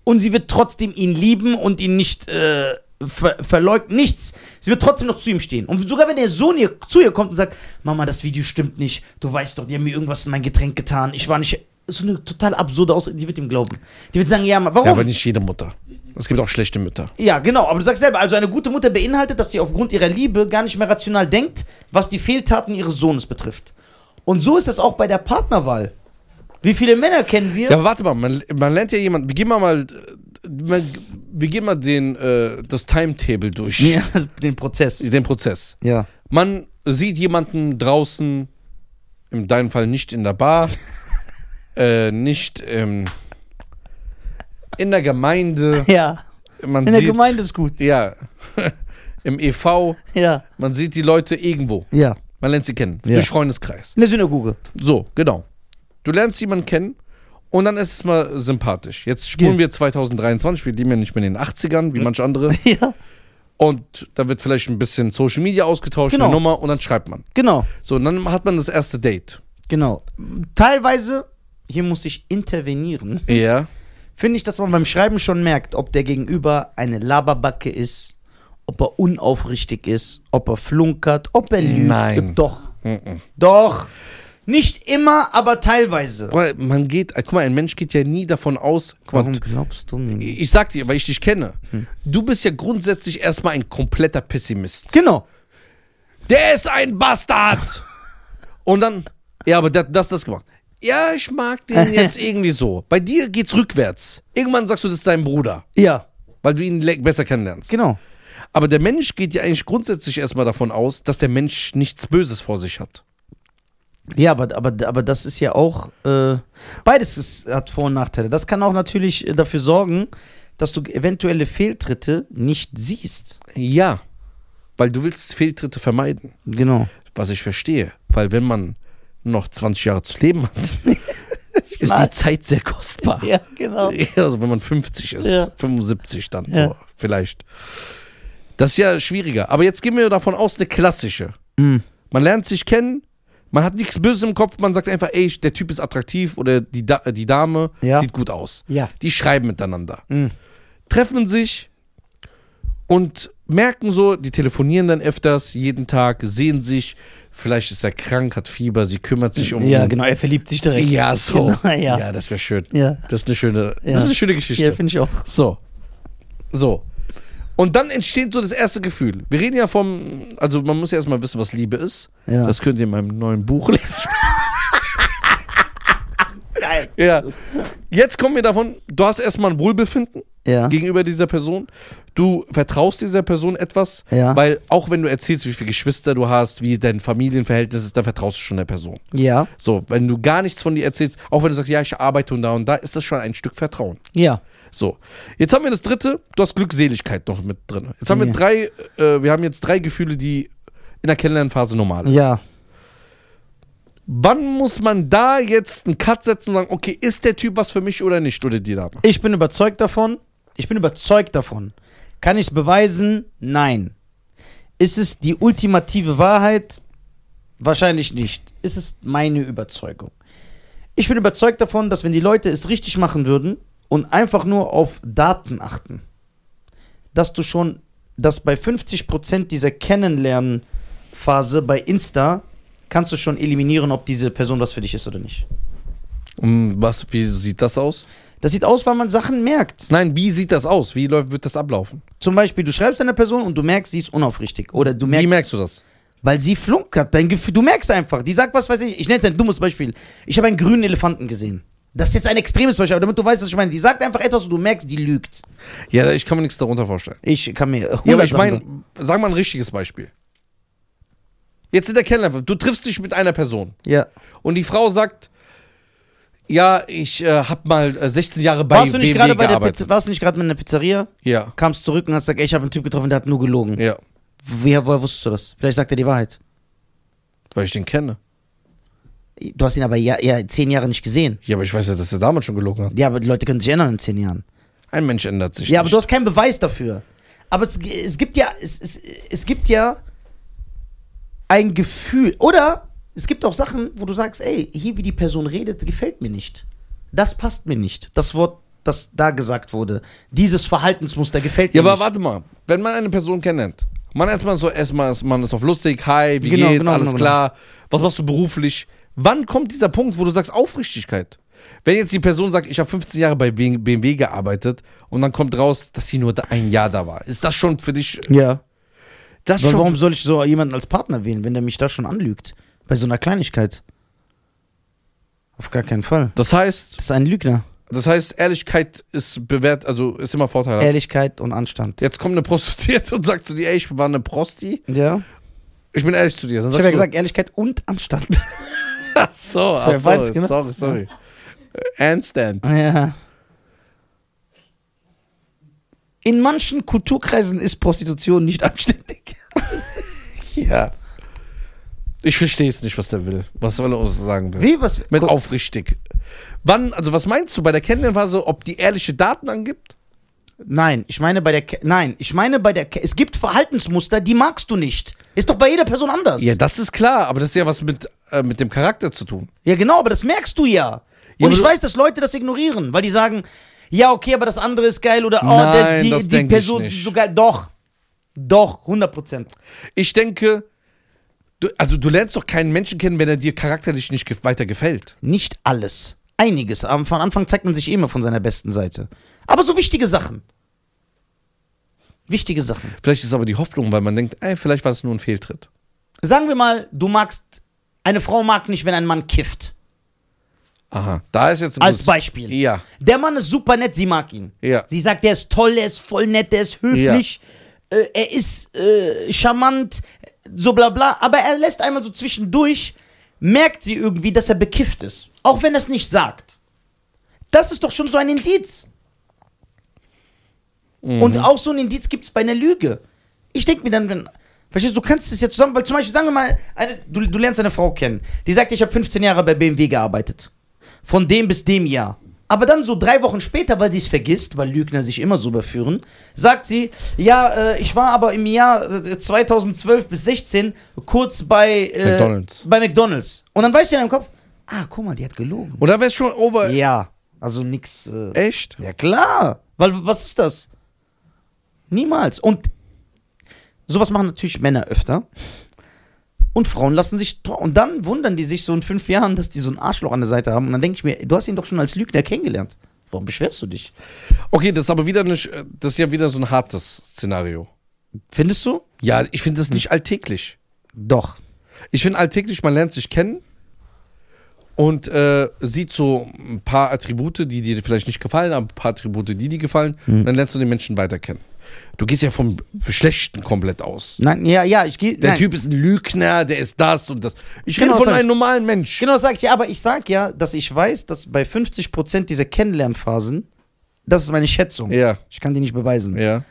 Speaker 1: Und sie wird trotzdem ihn lieben und ihn nicht äh, ver verleugnen. Nichts. Sie wird trotzdem noch zu ihm stehen. Und sogar wenn der Sohn ihr, zu ihr kommt und sagt, Mama, das Video stimmt nicht. Du weißt doch, die haben mir irgendwas in mein Getränk getan. Ich war nicht... So eine total absurde Aussage. Die wird ihm glauben. Die wird sagen, ja, ma- warum?
Speaker 2: Ja, aber nicht jede Mutter. Es gibt auch schlechte Mütter.
Speaker 1: Ja, genau, aber du sagst selber, also eine gute Mutter beinhaltet, dass sie aufgrund ihrer Liebe gar nicht mehr rational denkt, was die Fehltaten ihres Sohnes betrifft. Und so ist das auch bei der Partnerwahl. Wie viele Männer kennen wir?
Speaker 2: Ja, aber warte mal, man, man lernt ja jemanden. Wir gehen mal, mal äh, man, wir gehen mal den, äh, das Timetable durch.
Speaker 1: Ja, den Prozess.
Speaker 2: Den Prozess.
Speaker 1: Ja.
Speaker 2: Man sieht jemanden draußen, in deinem Fall nicht in der Bar, äh, nicht ähm, in der Gemeinde.
Speaker 1: Ja.
Speaker 2: Man
Speaker 1: In der
Speaker 2: sieht,
Speaker 1: Gemeinde ist gut.
Speaker 2: Ja. im EV,
Speaker 1: Ja.
Speaker 2: man sieht die Leute irgendwo.
Speaker 1: Ja.
Speaker 2: Man lernt sie kennen.
Speaker 1: Ja.
Speaker 2: Durch Freundeskreis.
Speaker 1: In der Synagoge.
Speaker 2: So, genau. Du lernst jemanden kennen und dann ist es mal sympathisch. Jetzt spulen
Speaker 1: Ge-
Speaker 2: wir 2023, wir leben ja nicht mehr in den 80ern, wie manch andere.
Speaker 1: Ja.
Speaker 2: Und da wird vielleicht ein bisschen Social Media ausgetauscht,
Speaker 1: Genau.
Speaker 2: eine Nummer und dann schreibt man.
Speaker 1: Genau.
Speaker 2: So, und dann hat man das erste Date.
Speaker 1: Genau. Teilweise, hier muss ich intervenieren.
Speaker 2: Ja.
Speaker 1: finde ich, dass man beim Schreiben schon merkt, ob der Gegenüber eine Laberbacke ist, ob er unaufrichtig ist, ob er flunkert, ob er lügt. Äh,
Speaker 2: Nein.
Speaker 1: Doch. Doch. Nicht immer, aber teilweise.
Speaker 2: Guck mal, Man geht, äh, guck mal, ein Mensch geht ja nie davon aus. Guck mal,
Speaker 1: Warum Hm. glaubst du mir nicht?
Speaker 2: ich sag dir, weil ich dich kenne. Du bist ja grundsätzlich erstmal ein kompletter Pessimist.
Speaker 1: Genau.
Speaker 2: Der ist ein Bastard! Und dann, ja, aber der hat das, das gemacht. Ja, ich mag den jetzt irgendwie so. Bei dir geht's rückwärts. Irgendwann sagst du, das ist dein Bruder,
Speaker 1: Ja,
Speaker 2: weil du ihn le- besser kennenlernst.
Speaker 1: genau.
Speaker 2: Aber der Mensch geht ja eigentlich grundsätzlich erstmal davon aus, dass der Mensch nichts Böses vor sich hat.
Speaker 1: Ja, aber, aber, aber das ist ja auch. Äh, beides ist, hat Vor- und Nachteile. Das kann auch natürlich äh, dafür sorgen, dass du eventuelle Fehltritte nicht siehst.
Speaker 2: Ja, weil du willst Fehltritte vermeiden,
Speaker 1: Genau.
Speaker 2: was ich verstehe. Weil wenn man noch 20 Jahre zu leben hat, ist die
Speaker 1: weiß.
Speaker 2: Zeit sehr kostbar.
Speaker 1: Ja, genau.
Speaker 2: Also wenn man 50 ist,
Speaker 1: Ja.
Speaker 2: 75 dann
Speaker 1: Ja.
Speaker 2: so, vielleicht. Das ist ja schwieriger. Aber jetzt gehen wir davon aus, eine klassische.
Speaker 1: Mhm.
Speaker 2: Man lernt sich kennen, man hat nichts Böses im Kopf, man sagt einfach, ey, ich- der Typ ist attraktiv oder die, da äh, die Dame
Speaker 1: Ja.
Speaker 2: sieht gut aus.
Speaker 1: Ja.
Speaker 2: Die schreiben miteinander.
Speaker 1: Mhm.
Speaker 2: Treffen sich und merken so, die telefonieren dann öfters, jeden Tag, sehen sich. Vielleicht ist er krank, hat Fieber, sie kümmert sich um
Speaker 1: Ja,
Speaker 2: ihn.
Speaker 1: genau. Er verliebt sich direkt.
Speaker 2: Ja, so.
Speaker 1: Genau, ja.
Speaker 2: ja das wäre schön.
Speaker 1: Ja.
Speaker 2: Das ist eine schöne,
Speaker 1: Ja.
Speaker 2: das ist eine schöne Geschichte.
Speaker 1: Ja, finde ich auch.
Speaker 2: So. So. Und dann entsteht so das erste Gefühl. Wir reden ja vom, also man muss ja erstmal wissen, was Liebe ist.
Speaker 1: Ja.
Speaker 2: Das könnt ihr in meinem neuen Buch lesen.
Speaker 1: Geil.
Speaker 2: ja. Jetzt kommen wir davon, du hast erstmal ein Wohlbefinden
Speaker 1: Ja.
Speaker 2: gegenüber dieser Person. Du vertraust dieser Person etwas,
Speaker 1: Ja.
Speaker 2: weil auch wenn du erzählst, wie viele Geschwister du hast, wie dein Familienverhältnis ist, dann vertraust du schon der Person.
Speaker 1: Ja.
Speaker 2: So, wenn du gar nichts von dir erzählst, auch wenn du sagst, ja, ich arbeite und da und da, ist das schon ein Stück Vertrauen.
Speaker 1: Ja.
Speaker 2: So, jetzt haben wir das dritte, du hast Glückseligkeit noch mit drin. Jetzt haben wir
Speaker 1: Ja.
Speaker 2: drei, äh, wir haben jetzt drei Gefühle, die in der Kennenlernphase normal ist.
Speaker 1: Ja.
Speaker 2: Wann muss man da jetzt einen Cut setzen und sagen, okay, ist der Typ was für mich oder nicht? Oder die Dame?
Speaker 1: Ich bin überzeugt davon. Ich bin überzeugt davon. Kann ich es beweisen? Nein. Ist es die ultimative Wahrheit? Wahrscheinlich nicht. Ist es meine Überzeugung. Ich bin überzeugt davon, dass wenn die Leute es richtig machen würden und einfach nur auf Daten achten, dass du schon, dass bei 50% dieser Kennenlernphase bei Insta kannst du schon eliminieren, ob diese Person was für dich ist oder nicht.
Speaker 2: Um, was, wie sieht das aus?
Speaker 1: Das sieht aus, weil man Sachen merkt.
Speaker 2: Nein, wie sieht das aus? Wie läuft, wird das ablaufen?
Speaker 1: Zum Beispiel, du schreibst einer Person und du merkst, sie ist unaufrichtig. Oder du merkst,
Speaker 2: wie merkst du das?
Speaker 1: weil sie flunkert. Dein Gefühl, du merkst einfach, die sagt, was weiß ich. Ich nenne jetzt ein dummes Beispiel. Ich habe einen grünen Elefanten gesehen. Das ist jetzt ein extremes Beispiel, aber damit du weißt, was ich meine. Die sagt einfach etwas und du merkst, die lügt.
Speaker 2: Ja, ich kann mir nichts darunter vorstellen.
Speaker 1: Ich kann mir.
Speaker 2: Ja, aber ich
Speaker 1: 100
Speaker 2: meine,
Speaker 1: Sachen-
Speaker 2: sag mal ein richtiges Beispiel. Jetzt in der Kennenlernphase, du triffst dich mit einer Person.
Speaker 1: Ja.
Speaker 2: Und die Frau sagt, ja, ich äh, hab mal äh, 16 Jahre bei
Speaker 1: Warst du nicht
Speaker 2: BMW
Speaker 1: gerade bei der
Speaker 2: gearbeitet.
Speaker 1: Pizza, warst du nicht gerade mit einer Pizzeria?
Speaker 2: Ja,
Speaker 1: Kamst zurück und hast gesagt, ey, ich habe einen Typ getroffen, der hat nur gelogen.
Speaker 2: ja,
Speaker 1: Woher, woher wusstest du das? Vielleicht sagt er die Wahrheit.
Speaker 2: weil ich den kenne.
Speaker 1: Du hast ihn aber ja, ja, zehn Jahre nicht gesehen.
Speaker 2: Ja, aber ich weiß ja, dass er damals schon gelogen hat.
Speaker 1: Ja, aber die Leute können sich ändern in zehn Jahren.
Speaker 2: Ein Mensch ändert sich
Speaker 1: Ja, aber
Speaker 2: nicht.
Speaker 1: du hast keinen Beweis dafür. Aber es, es gibt ja, es, es, es gibt ja ein Gefühl. Oder es gibt auch Sachen, wo du sagst, ey, hier wie die Person redet, gefällt mir nicht. Das passt mir nicht. Das Wort, das da gesagt wurde, dieses Verhaltensmuster gefällt
Speaker 2: ja,
Speaker 1: mir
Speaker 2: aber
Speaker 1: nicht.
Speaker 2: warte mal, wenn man eine Person kennenlernt, man erstmal so, erstmal ist man ist auf lustig, hi, wie
Speaker 1: Genau,
Speaker 2: geht's,
Speaker 1: genau,
Speaker 2: alles
Speaker 1: genau,
Speaker 2: klar, was machst du beruflich? Wann kommt dieser Punkt, wo du sagst Aufrichtigkeit? Wenn jetzt die Person sagt, ich habe 15 Jahre bei BMW gearbeitet und dann kommt raus, dass sie nur da ein Jahr da war, ist das schon für dich?
Speaker 1: Ja.
Speaker 2: Das
Speaker 1: Aber
Speaker 2: schon
Speaker 1: warum soll ich so jemanden als Partner wählen, wenn der mich da schon anlügt? Bei so einer Kleinigkeit. Auf gar keinen Fall.
Speaker 2: Das heißt,
Speaker 1: Das ist ein Lügner.
Speaker 2: Das heißt, Ehrlichkeit ist bewährt, also ist immer vorteilhaft.
Speaker 1: Ehrlichkeit und Anstand.
Speaker 2: Jetzt kommt eine Prostituierte und sagt zu dir, ey, ich war eine Prosti.
Speaker 1: Ja.
Speaker 2: Ich bin ehrlich zu dir. Dann
Speaker 1: Ich habe ja gesagt, Ehrlichkeit und Anstand.
Speaker 2: ach so, ach
Speaker 1: hab ja genau.
Speaker 2: so,
Speaker 1: beides gemacht.
Speaker 2: sorry, sorry. Handstand.
Speaker 1: ja. In manchen Kulturkreisen ist Prostitution nicht anständig.
Speaker 2: Ja. Ich verstehe es nicht, was der will. Was soll er uns sagen will.
Speaker 1: Wie, was?
Speaker 2: Mit
Speaker 1: Guck,
Speaker 2: aufrichtig. Wann, also was meinst du bei der Kennenlernphase, ob die ehrliche Daten angibt?
Speaker 1: Nein, ich meine bei der, Ke nein, ich meine bei der, Ke es gibt Verhaltensmuster, die magst du nicht. Ist doch bei jeder Person anders.
Speaker 2: Ja, das ist klar, aber das ist ja was mit, äh, mit dem Charakter zu tun.
Speaker 1: Ja, genau, aber das merkst du ja.
Speaker 2: Ja,
Speaker 1: Und
Speaker 2: aber
Speaker 1: ich
Speaker 2: du-
Speaker 1: weiß, dass Leute das ignorieren, weil die sagen, ja, okay, aber das andere ist geil oder oh, das,
Speaker 2: Nein,
Speaker 1: die,
Speaker 2: das
Speaker 1: die
Speaker 2: denk ich
Speaker 1: Person
Speaker 2: nicht.
Speaker 1: ist so geil. Doch. Doch, 100 Prozent.
Speaker 2: Ich denke, du, also du lernst doch keinen Menschen kennen, wenn er dir charakterlich nicht ge weiter gefällt.
Speaker 1: Nicht alles. Einiges. Am von Anfang zeigt man sich eh immer von seiner besten Seite. Aber so wichtige Sachen. Wichtige Sachen.
Speaker 2: Vielleicht ist aber die Hoffnung, weil man denkt, ey, vielleicht war es nur ein Fehltritt.
Speaker 1: Sagen wir mal, du magst, eine Frau mag nicht, wenn ein Mann kifft.
Speaker 2: Aha, da ist jetzt ein
Speaker 1: Als
Speaker 2: gutes-
Speaker 1: Beispiel.
Speaker 2: Ja.
Speaker 1: Der Mann ist super nett, sie mag ihn.
Speaker 2: Ja.
Speaker 1: Sie sagt, der ist toll, er ist voll nett, er ist höflich, äh, er ist äh, charmant, so bla bla. Aber er lässt einmal so zwischendurch, merkt sie irgendwie, dass er bekifft ist. Auch wenn er es nicht sagt. Das ist doch schon so ein Indiz. Und auch so ein Indiz gibt es bei einer Lüge. Ich denke mir dann, wenn. Verstehst du, du kannst es ja zusammen, weil zum Beispiel, sagen wir mal, eine, du, du lernst eine Frau kennen, die sagt, ich habe 15 Jahre bei BMW gearbeitet. Von dem bis dem Jahr. Aber dann so drei Wochen später, weil sie es vergisst, weil Lügner sich immer so überführen, sagt sie, ja, äh, ich war aber im Jahr äh, 2012 bis 16 kurz bei äh,
Speaker 2: McDonald's.
Speaker 1: Bei McDonald's. Und dann weißt du in deinem Kopf, ah, guck mal, die hat gelogen.
Speaker 2: Und da wäre es schon over.
Speaker 1: Ja, also nix. Äh,
Speaker 2: Echt?
Speaker 1: ja klar, weil was ist das? Niemals. Und sowas machen natürlich Männer öfter. Und Frauen lassen sich. tro- Und dann wundern die sich so in fünf Jahren, dass die so ein Arschloch an der Seite haben. Und dann denke ich mir, du hast ihn doch schon als Lügner kennengelernt. Warum beschwerst du dich?
Speaker 2: Okay, das ist aber wieder nicht, das ist ja wieder so ein hartes Szenario. Hm.
Speaker 1: Findest du?
Speaker 2: Ja, ich finde das nicht alltäglich.
Speaker 1: Doch.
Speaker 2: Ich finde alltäglich, man lernt sich kennen und äh, sieht so ein paar Attribute, die dir vielleicht nicht gefallen, aber ein paar Attribute, die dir gefallen. Und dann lernst du den Menschen weiter kennen. Du gehst ja vom Schlechten komplett aus.
Speaker 1: Nein, ja, ja, ich gehe.
Speaker 2: Der Typ ist ein Lügner, der ist das und das. Ich rede
Speaker 1: Genau,
Speaker 2: von
Speaker 1: sag ich.
Speaker 2: einem normalen Mensch.
Speaker 1: Genau, das sag ich ja, aber ich sag ja, dass ich weiß, dass bei 50% dieser Kennenlernphasen, das ist meine Schätzung.
Speaker 2: Ja,
Speaker 1: Ich kann die nicht beweisen.
Speaker 2: ja.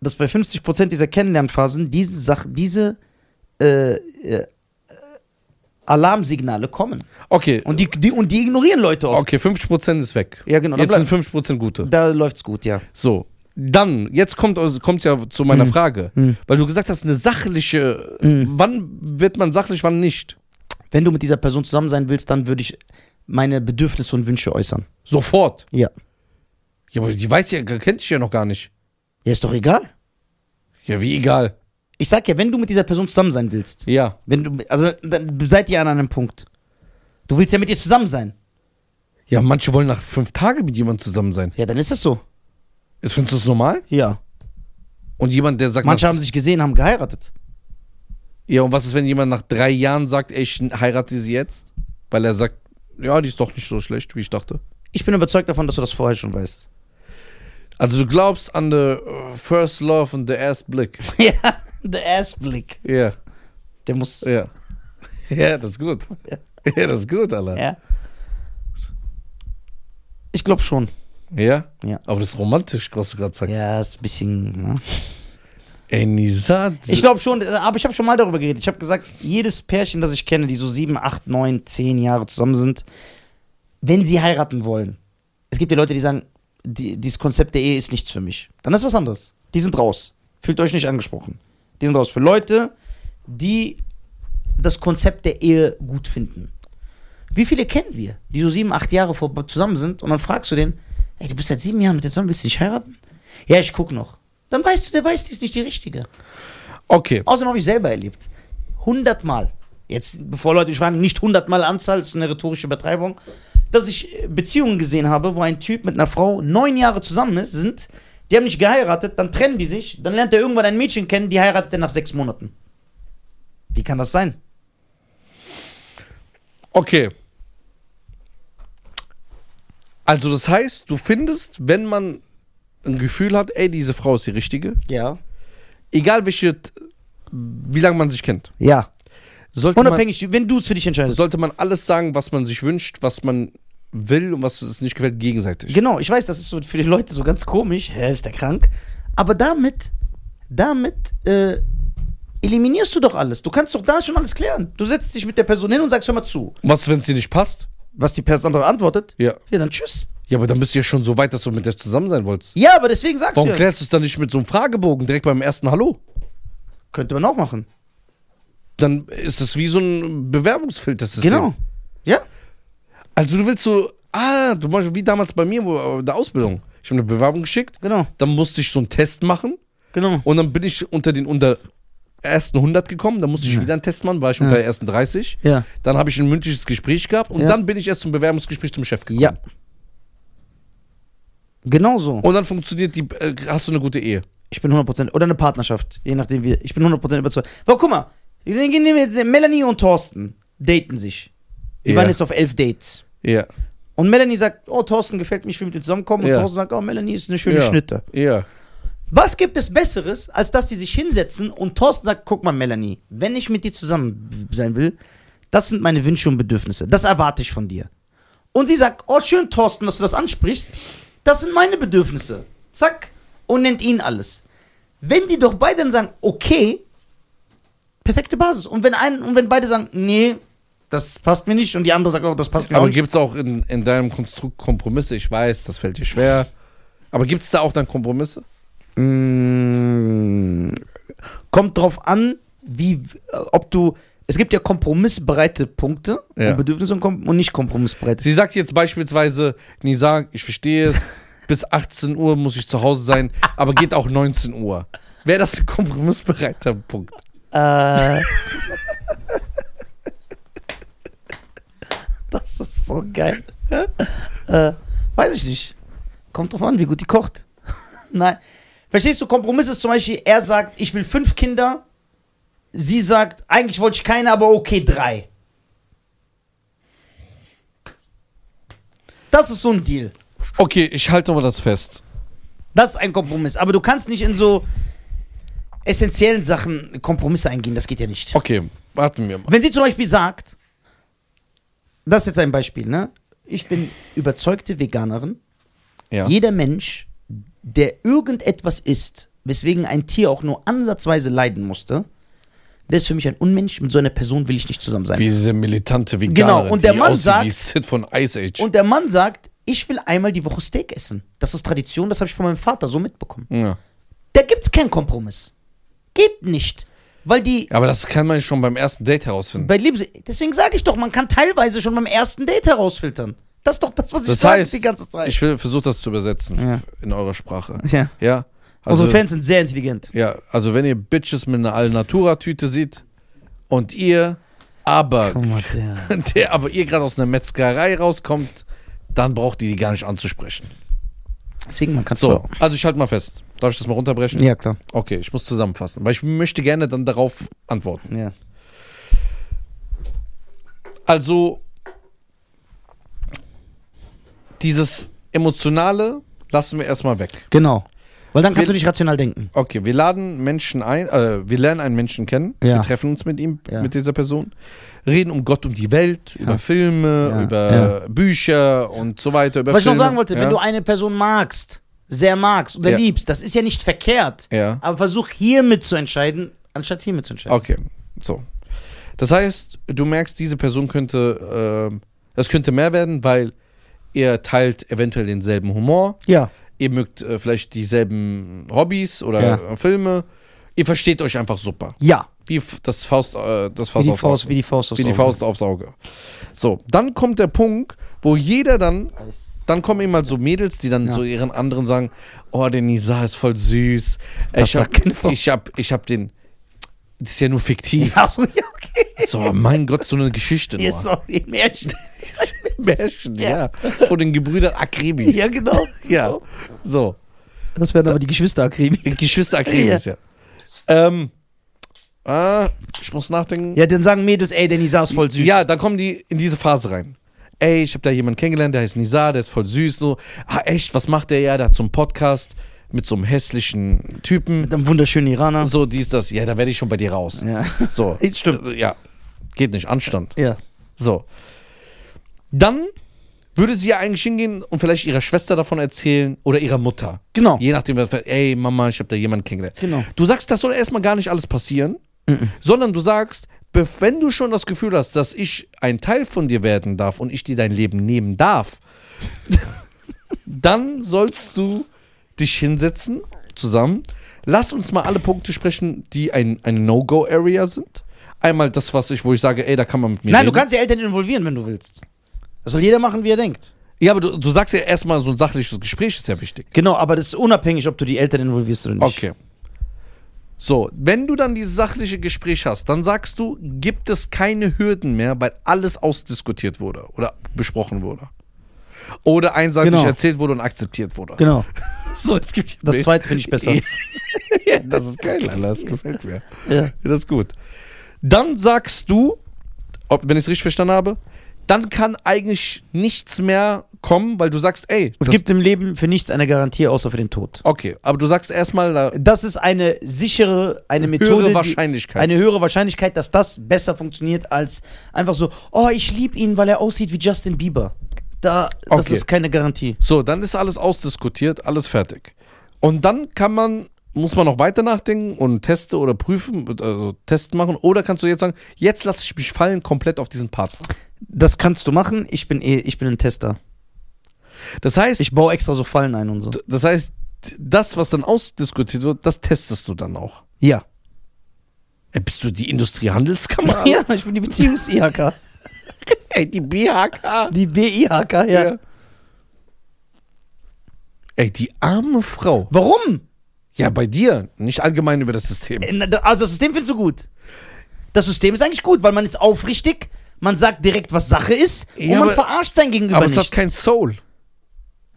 Speaker 1: dass bei 50% dieser Kennenlernphasen diese Sachen, diese äh, äh, Alarmsignale kommen.
Speaker 2: Okay,
Speaker 1: Und die, die, und die ignorieren Leute oft.
Speaker 2: okay 50% ist weg.
Speaker 1: Ja, genau, da
Speaker 2: Jetzt sind 5% gute.
Speaker 1: Da läuft's gut, ja.
Speaker 2: So, dann, jetzt kommt es ja zu meiner
Speaker 1: Hm.
Speaker 2: Frage, weil du gesagt hast, eine sachliche, wann wird man sachlich, wann nicht?
Speaker 1: Wenn du mit dieser Person zusammen sein willst, dann würde ich meine Bedürfnisse und Wünsche äußern.
Speaker 2: Sofort.
Speaker 1: Ja.
Speaker 2: Ja, aber die weiß ja, kennt dich ja noch gar nicht.
Speaker 1: Ja, ist doch egal.
Speaker 2: Ja, wie egal.
Speaker 1: Ich sag ja, wenn du mit dieser Person zusammen sein willst,
Speaker 2: Ja.
Speaker 1: wenn du, also dann seid ihr an einem Punkt. Du willst ja mit ihr zusammen sein.
Speaker 2: Ja, manche wollen nach fünf Tagen mit jemandem zusammen sein.
Speaker 1: Ja, dann ist das so.
Speaker 2: Ist, findest du das normal?
Speaker 1: Ja.
Speaker 2: Und jemand, der sagt,
Speaker 1: Manche
Speaker 2: nach,
Speaker 1: haben sich gesehen, haben geheiratet.
Speaker 2: ja, und was ist, wenn jemand nach drei Jahren sagt, ey, ich heirate sie jetzt? Weil er sagt, ja, die ist doch nicht so schlecht, wie ich dachte.
Speaker 1: Ich bin überzeugt davon, dass du das vorher schon weißt.
Speaker 2: Also du glaubst an the äh, first love and the erst Blick.
Speaker 1: ja, der Assblick.
Speaker 2: Ja. Yeah.
Speaker 1: Der muss.
Speaker 2: Ja. Ja, das ist gut. Ja, das ist gut, Alter.
Speaker 1: Ja. Ich glaube schon.
Speaker 2: Ja?
Speaker 1: Ja.
Speaker 2: Aber das ist romantisch, was du gerade sagst.
Speaker 1: Ja, ist ein bisschen. Ne?
Speaker 2: Ey, Nisa. d-
Speaker 1: Ich glaube schon, äh, aber ich habe schon mal darüber geredet. Ich habe gesagt, jedes Pärchen, das ich kenne, die so sieben, acht, neun, zehn Jahre zusammen sind, wenn sie heiraten wollen, es gibt ja Leute, die sagen, die, dieses Konzept der Ehe ist nichts für mich. Dann ist was anderes. Die sind raus. Fühlt euch nicht angesprochen. Die sind raus. Für Leute, die das Konzept der Ehe gut finden. Wie viele kennen wir, die so sieben, acht Jahre vor, zusammen sind und dann fragst du den, ey, du bist seit sieben Jahren mit der zusammen, willst du nicht heiraten? Ja, ich guck noch. Dann weißt du, der weiß, die ist nicht die richtige.
Speaker 2: Okay.
Speaker 1: Außerdem habe ich selber erlebt. Hundertmal. Jetzt, bevor Leute mich fragen, nicht hundertmal Anzahl, das ist eine rhetorische Übertreibung, dass ich äh, Beziehungen gesehen habe, wo ein Typ mit einer Frau neun Jahre zusammen ist, sind, die haben nicht geheiratet, dann trennen die sich, dann lernt er irgendwann ein Mädchen kennen, die heiratet er nach sechs Monaten. Wie kann das sein?
Speaker 2: Okay. Also, das heißt, du findest, wenn man ein Gefühl hat, ey, diese Frau ist die richtige,
Speaker 1: Ja.
Speaker 2: egal welche, t- wie lange man sich kennt,
Speaker 1: Ja.
Speaker 2: sollte man,
Speaker 1: Unabhängig, wenn du es für dich entscheidest.
Speaker 2: sollte man alles sagen, was man sich wünscht, was man will und was es nicht gefällt, gegenseitig.
Speaker 1: Genau, ich weiß, das ist so für die Leute so ganz komisch. Hä, ist der krank? Aber damit, damit äh, eliminierst du doch alles. Du kannst doch da schon alles klären. Du setzt dich mit der Person hin und sagst, hör mal zu.
Speaker 2: Und was, wenn es dir nicht passt?
Speaker 1: Was die Person andere antwortet?
Speaker 2: Ja.
Speaker 1: Ja, dann tschüss.
Speaker 2: Ja, aber dann bist du ja schon so weit, dass du mit der zusammen sein wolltest.
Speaker 1: Ja, aber deswegen sagst
Speaker 2: Warum
Speaker 1: du ja,
Speaker 2: klärst du es dann nicht mit so einem Fragebogen direkt beim ersten Hallo?
Speaker 1: könnte man auch machen.
Speaker 2: Dann ist das wie so ein Bewerbungsfiltersystem.
Speaker 1: Genau. Ja.
Speaker 2: Also du willst so, ah, du machst wie damals bei mir wo, äh, der Ausbildung. Ich habe eine Bewerbung geschickt,
Speaker 1: Genau.
Speaker 2: dann musste ich so einen Test machen
Speaker 1: Genau.
Speaker 2: und dann bin ich unter den unter ersten 100 gekommen, dann musste ich wieder einen Test machen, war ich unter den ersten 30.
Speaker 1: Ja.
Speaker 2: Dann habe ich ein mündliches Gespräch gehabt und
Speaker 1: Ja.
Speaker 2: dann bin ich erst zum Bewerbungsgespräch zum Chef gekommen.
Speaker 1: Ja. Genau so.
Speaker 2: Und dann funktioniert die, äh, hast du eine gute Ehe.
Speaker 1: Ich bin 100%. Oder eine Partnerschaft. Je nachdem, wie. Ich bin 100% überzeugt. Aber guck mal. dann gehen wir jetzt- Melanie und Thorsten daten sich. Die
Speaker 2: Ja.
Speaker 1: waren jetzt auf elf Dates.
Speaker 2: Ja.
Speaker 1: Und Melanie sagt, oh, Thorsten gefällt mich, ich will mit dir zusammenkommen. Und
Speaker 2: Ja.
Speaker 1: Thorsten sagt, oh, Melanie ist eine schöne
Speaker 2: ja.
Speaker 1: Schnitte.
Speaker 2: Ja.
Speaker 1: Was gibt es Besseres, als dass die sich hinsetzen und Thorsten sagt, guck mal, Melanie, wenn ich mit dir zusammen sein will, das sind meine Wünsche und Bedürfnisse. Das erwarte ich von dir. Und sie sagt, oh, schön, Thorsten, dass du das ansprichst. Das sind meine Bedürfnisse. Zack. Und nennt ihnen alles. Wenn die doch beide dann sagen, okay, perfekte Basis. Und wenn, ein, und wenn beide sagen, nee, das passt mir nicht. Und die andere sagt, oh, das passt mir
Speaker 2: Aber
Speaker 1: auch nicht.
Speaker 2: gibt es auch in, in deinem Konstrukt Kompromisse? Ich weiß, das fällt dir schwer. Aber gibt es da auch dann Kompromisse?
Speaker 1: Mm, Kommt drauf an, wie, äh, ob du. Es gibt ja kompromissbereite Punkte
Speaker 2: Ja.
Speaker 1: und Bedürfnisse und, kom und nicht kompromissbereite.
Speaker 2: Sie sagt jetzt beispielsweise, Nisa, ich verstehe es, bis 18 Uhr muss ich zu Hause sein, aber geht auch 19 Uhr. Wäre das ein kompromissbereiter Punkt?
Speaker 1: Äh. das ist so geil. äh, weiß ich nicht. Kommt drauf an, wie gut die kocht. Nein. Verstehst du, Kompromiss ist zum Beispiel, er sagt, ich will fünf Kinder. Sie sagt, eigentlich wollte ich keine, aber okay, drei. Das ist so ein Deal.
Speaker 2: Okay, ich halte mal das fest.
Speaker 1: Das ist ein Kompromiss. Aber du kannst nicht in so essentiellen Sachen Kompromisse eingehen. Das geht ja nicht.
Speaker 2: Okay, warten wir mal.
Speaker 1: Wenn sie zum Beispiel sagt, das ist jetzt ein Beispiel, ne? Ich bin überzeugte Veganerin.
Speaker 2: Ja.
Speaker 1: Jeder Mensch, der irgendetwas isst, weswegen ein Tier auch nur ansatzweise leiden musste, der ist für mich ein Unmensch. Mit so einer Person will ich nicht zusammen sein.
Speaker 2: Wie diese militante Veganerin,
Speaker 1: Genau, und der
Speaker 2: die
Speaker 1: Mann
Speaker 2: aussieht
Speaker 1: sagt-
Speaker 2: wie Sid von Ice Age.
Speaker 1: Und der Mann sagt, ich will einmal die Woche Steak essen. Das ist Tradition, das habe ich von meinem Vater so mitbekommen.
Speaker 2: ja.
Speaker 1: Da gibt's keinen Kompromiss. Geht nicht. Weil die
Speaker 2: Aber das kann man schon beim ersten Date herausfinden.
Speaker 1: bei Liebes Deswegen sage ich doch, man kann teilweise schon beim ersten Date herausfiltern. Das ist doch das, was ich
Speaker 2: Das
Speaker 1: sage
Speaker 2: heißt,
Speaker 1: die ganze Zeit.
Speaker 2: ich versuche das zu übersetzen
Speaker 1: Ja.
Speaker 2: in eurer Sprache.
Speaker 1: Ja.
Speaker 2: Ja. Also,
Speaker 1: Unsere Fans sind sehr intelligent.
Speaker 2: Ja, also wenn ihr Bitches mit einer Allnatura-Tüte seht und ihr aber, der aber ihr gerade aus einer Metzgerei rauskommt, dann braucht ihr die gar nicht anzusprechen.
Speaker 1: Deswegen, man kann
Speaker 2: So, also ich halte mal fest. Darf ich das mal runterbrechen?
Speaker 1: Ja, klar.
Speaker 2: Okay, ich muss zusammenfassen, weil ich möchte gerne dann darauf antworten.
Speaker 1: Ja.
Speaker 2: Also dieses Emotionale lassen wir erstmal weg.
Speaker 1: Genau. Weil dann kannst
Speaker 2: Wir-
Speaker 1: du nicht rational denken.
Speaker 2: Okay, wir laden Menschen ein, äh, wir lernen einen Menschen kennen,
Speaker 1: Ja.
Speaker 2: wir treffen uns mit ihm,
Speaker 1: Ja.
Speaker 2: mit dieser Person, reden um Gott, um die Welt, über Filme,
Speaker 1: Ja.
Speaker 2: über Bücher und so weiter. Über
Speaker 1: Was ich noch
Speaker 2: Filme.
Speaker 1: sagen wollte,
Speaker 2: ja.
Speaker 1: wenn du eine Person magst, sehr magst oder
Speaker 2: Ja.
Speaker 1: liebst, das ist ja nicht verkehrt.
Speaker 2: Ja.
Speaker 1: Aber versuch hiermit zu entscheiden, anstatt hiermit zu entscheiden.
Speaker 2: Okay, so. Das heißt, du merkst, diese Person könnte, ähm, es könnte mehr werden, weil ihr teilt eventuell denselben Humor,
Speaker 1: Ja.
Speaker 2: ihr mögt äh, vielleicht dieselben Hobbys oder
Speaker 1: Ja.
Speaker 2: äh, Filme, ihr versteht euch einfach super.
Speaker 1: Ja.
Speaker 2: Wie f- das Faust, äh, das
Speaker 1: Wie
Speaker 2: Faust
Speaker 1: die
Speaker 2: auf
Speaker 1: Faust, wie die Faust aufs
Speaker 2: wie die
Speaker 1: Auge.
Speaker 2: Faust aufs Auge. So, dann kommt der Punkt, wo jeder dann, dann kommen immer so Mädels, die dann
Speaker 1: Ja.
Speaker 2: so ihren anderen sagen, oh, der Nisa ist voll süß.
Speaker 1: Das
Speaker 2: ich hab,
Speaker 1: sagt keine Frau.
Speaker 2: ich hab, ich hab den, das ist ja nur fiktiv.
Speaker 1: Achso, ja, okay.
Speaker 2: So, mein Gott, so eine Geschichte
Speaker 1: Ja,
Speaker 2: nur.
Speaker 1: sorry, Märchen.
Speaker 2: Märchen, ja. Von den Gebrüdern Akribis.
Speaker 1: ja, genau.
Speaker 2: ja. So,
Speaker 1: Das werden aber die Geschwister-Akribien.
Speaker 2: Geschwister Akribis, ja. Ähm, ah, ich muss nachdenken.
Speaker 1: Ja, dann sagen Mädels, ey, der Nisa ist voll süß.
Speaker 2: Ja, da kommen die in diese Phase rein. Ey, ich habe da jemanden kennengelernt, der heißt Nizar, der ist voll süß, so. Ah, echt, was macht der ja? Der hat so einen Podcast mit so einem hässlichen Typen.
Speaker 1: Mit einem wunderschönen Iraner.
Speaker 2: So, dies, das. Ja, da werde ich schon bei dir raus.
Speaker 1: Ja.
Speaker 2: So,
Speaker 1: Stimmt.
Speaker 2: ja. Geht nicht, Anstand.
Speaker 1: Ja.
Speaker 2: So. Dann würde sie ja eigentlich hingehen und vielleicht ihrer Schwester davon erzählen oder ihrer Mutter.
Speaker 1: Genau.
Speaker 2: Je nachdem, was, ey Mama, ich habe da jemanden kennengelernt.
Speaker 1: Genau.
Speaker 2: Du sagst, das soll erstmal gar nicht alles passieren, sondern du sagst, be- wenn du schon das Gefühl hast, dass ich ein Teil von dir werden darf und ich dir dein Leben nehmen darf, dann sollst du dich hinsetzen zusammen. Lass uns mal alle Punkte sprechen, die ein, eine No-Go-Area sind. Einmal das, was ich, wo ich sage, ey, da kann man mit mir
Speaker 1: Nein,
Speaker 2: reden.
Speaker 1: du kannst die Eltern involvieren, wenn du willst. Das soll jeder machen, wie er denkt.
Speaker 2: Ja, aber du, du sagst ja erstmal, so ein sachliches Gespräch ist ja wichtig.
Speaker 1: Genau, aber das ist unabhängig, ob du die Eltern involvierst oder nicht.
Speaker 2: Okay. So, wenn du dann dieses sachliche Gespräch hast, dann sagst du, gibt es keine Hürden mehr, weil alles ausdiskutiert wurde oder besprochen wurde. Oder einseitig
Speaker 1: Genau.
Speaker 2: erzählt wurde und akzeptiert wurde.
Speaker 1: Genau.
Speaker 2: So, es gibt
Speaker 1: Das zweite finde ich besser.
Speaker 2: Ja, das ist geil, Alter. Das gefällt mir.
Speaker 1: ja.
Speaker 2: Ja, Das ist gut. Dann sagst du, ob, wenn ich es richtig verstanden habe, dann kann eigentlich nichts mehr kommen, weil du sagst, ey,
Speaker 1: Es
Speaker 2: das-
Speaker 1: gibt im Leben für nichts eine Garantie, außer für den Tod.
Speaker 2: Okay, aber du sagst erstmal, da-
Speaker 1: Das ist eine sichere, eine Methode. die-
Speaker 2: Wahrscheinlichkeit.
Speaker 1: Eine höhere Wahrscheinlichkeit, dass das besser funktioniert als einfach so, oh, ich liebe ihn, weil er aussieht wie Justin Bieber. Da, das
Speaker 2: Okay.
Speaker 1: ist keine Garantie.
Speaker 2: So, dann ist alles ausdiskutiert, alles fertig. Und dann kann man, muss man noch weiter nachdenken und Teste oder prüfen, also Test machen. Oder kannst du jetzt sagen, jetzt lasse ich mich fallen komplett auf diesen Partner.
Speaker 1: Das kannst du machen. Ich bin eh, ich bin ein Tester.
Speaker 2: Das heißt,
Speaker 1: Ich baue extra so Fallen ein und so.
Speaker 2: das heißt, das, was dann ausdiskutiert wird, das testest du dann auch.
Speaker 1: Ja.
Speaker 2: Ey, Äh, bist du die Industriehandelskammer?
Speaker 1: Ja, ich bin die Beziehungs-IHK.
Speaker 2: Ey, die BHK.
Speaker 1: Die BIHK, ja.
Speaker 2: Ja. Ey, die arme Frau.
Speaker 1: Warum?
Speaker 2: Ja, bei dir. Nicht allgemein über das System.
Speaker 1: Äh, na, da- Also das System findest du gut. Das System ist eigentlich gut, weil man ist aufrichtig, man sagt direkt, was Sache ist
Speaker 2: Ja,
Speaker 1: und man
Speaker 2: aber-
Speaker 1: verarscht sein Gegenüber
Speaker 2: Aber es hat
Speaker 1: nicht.
Speaker 2: kein Soul.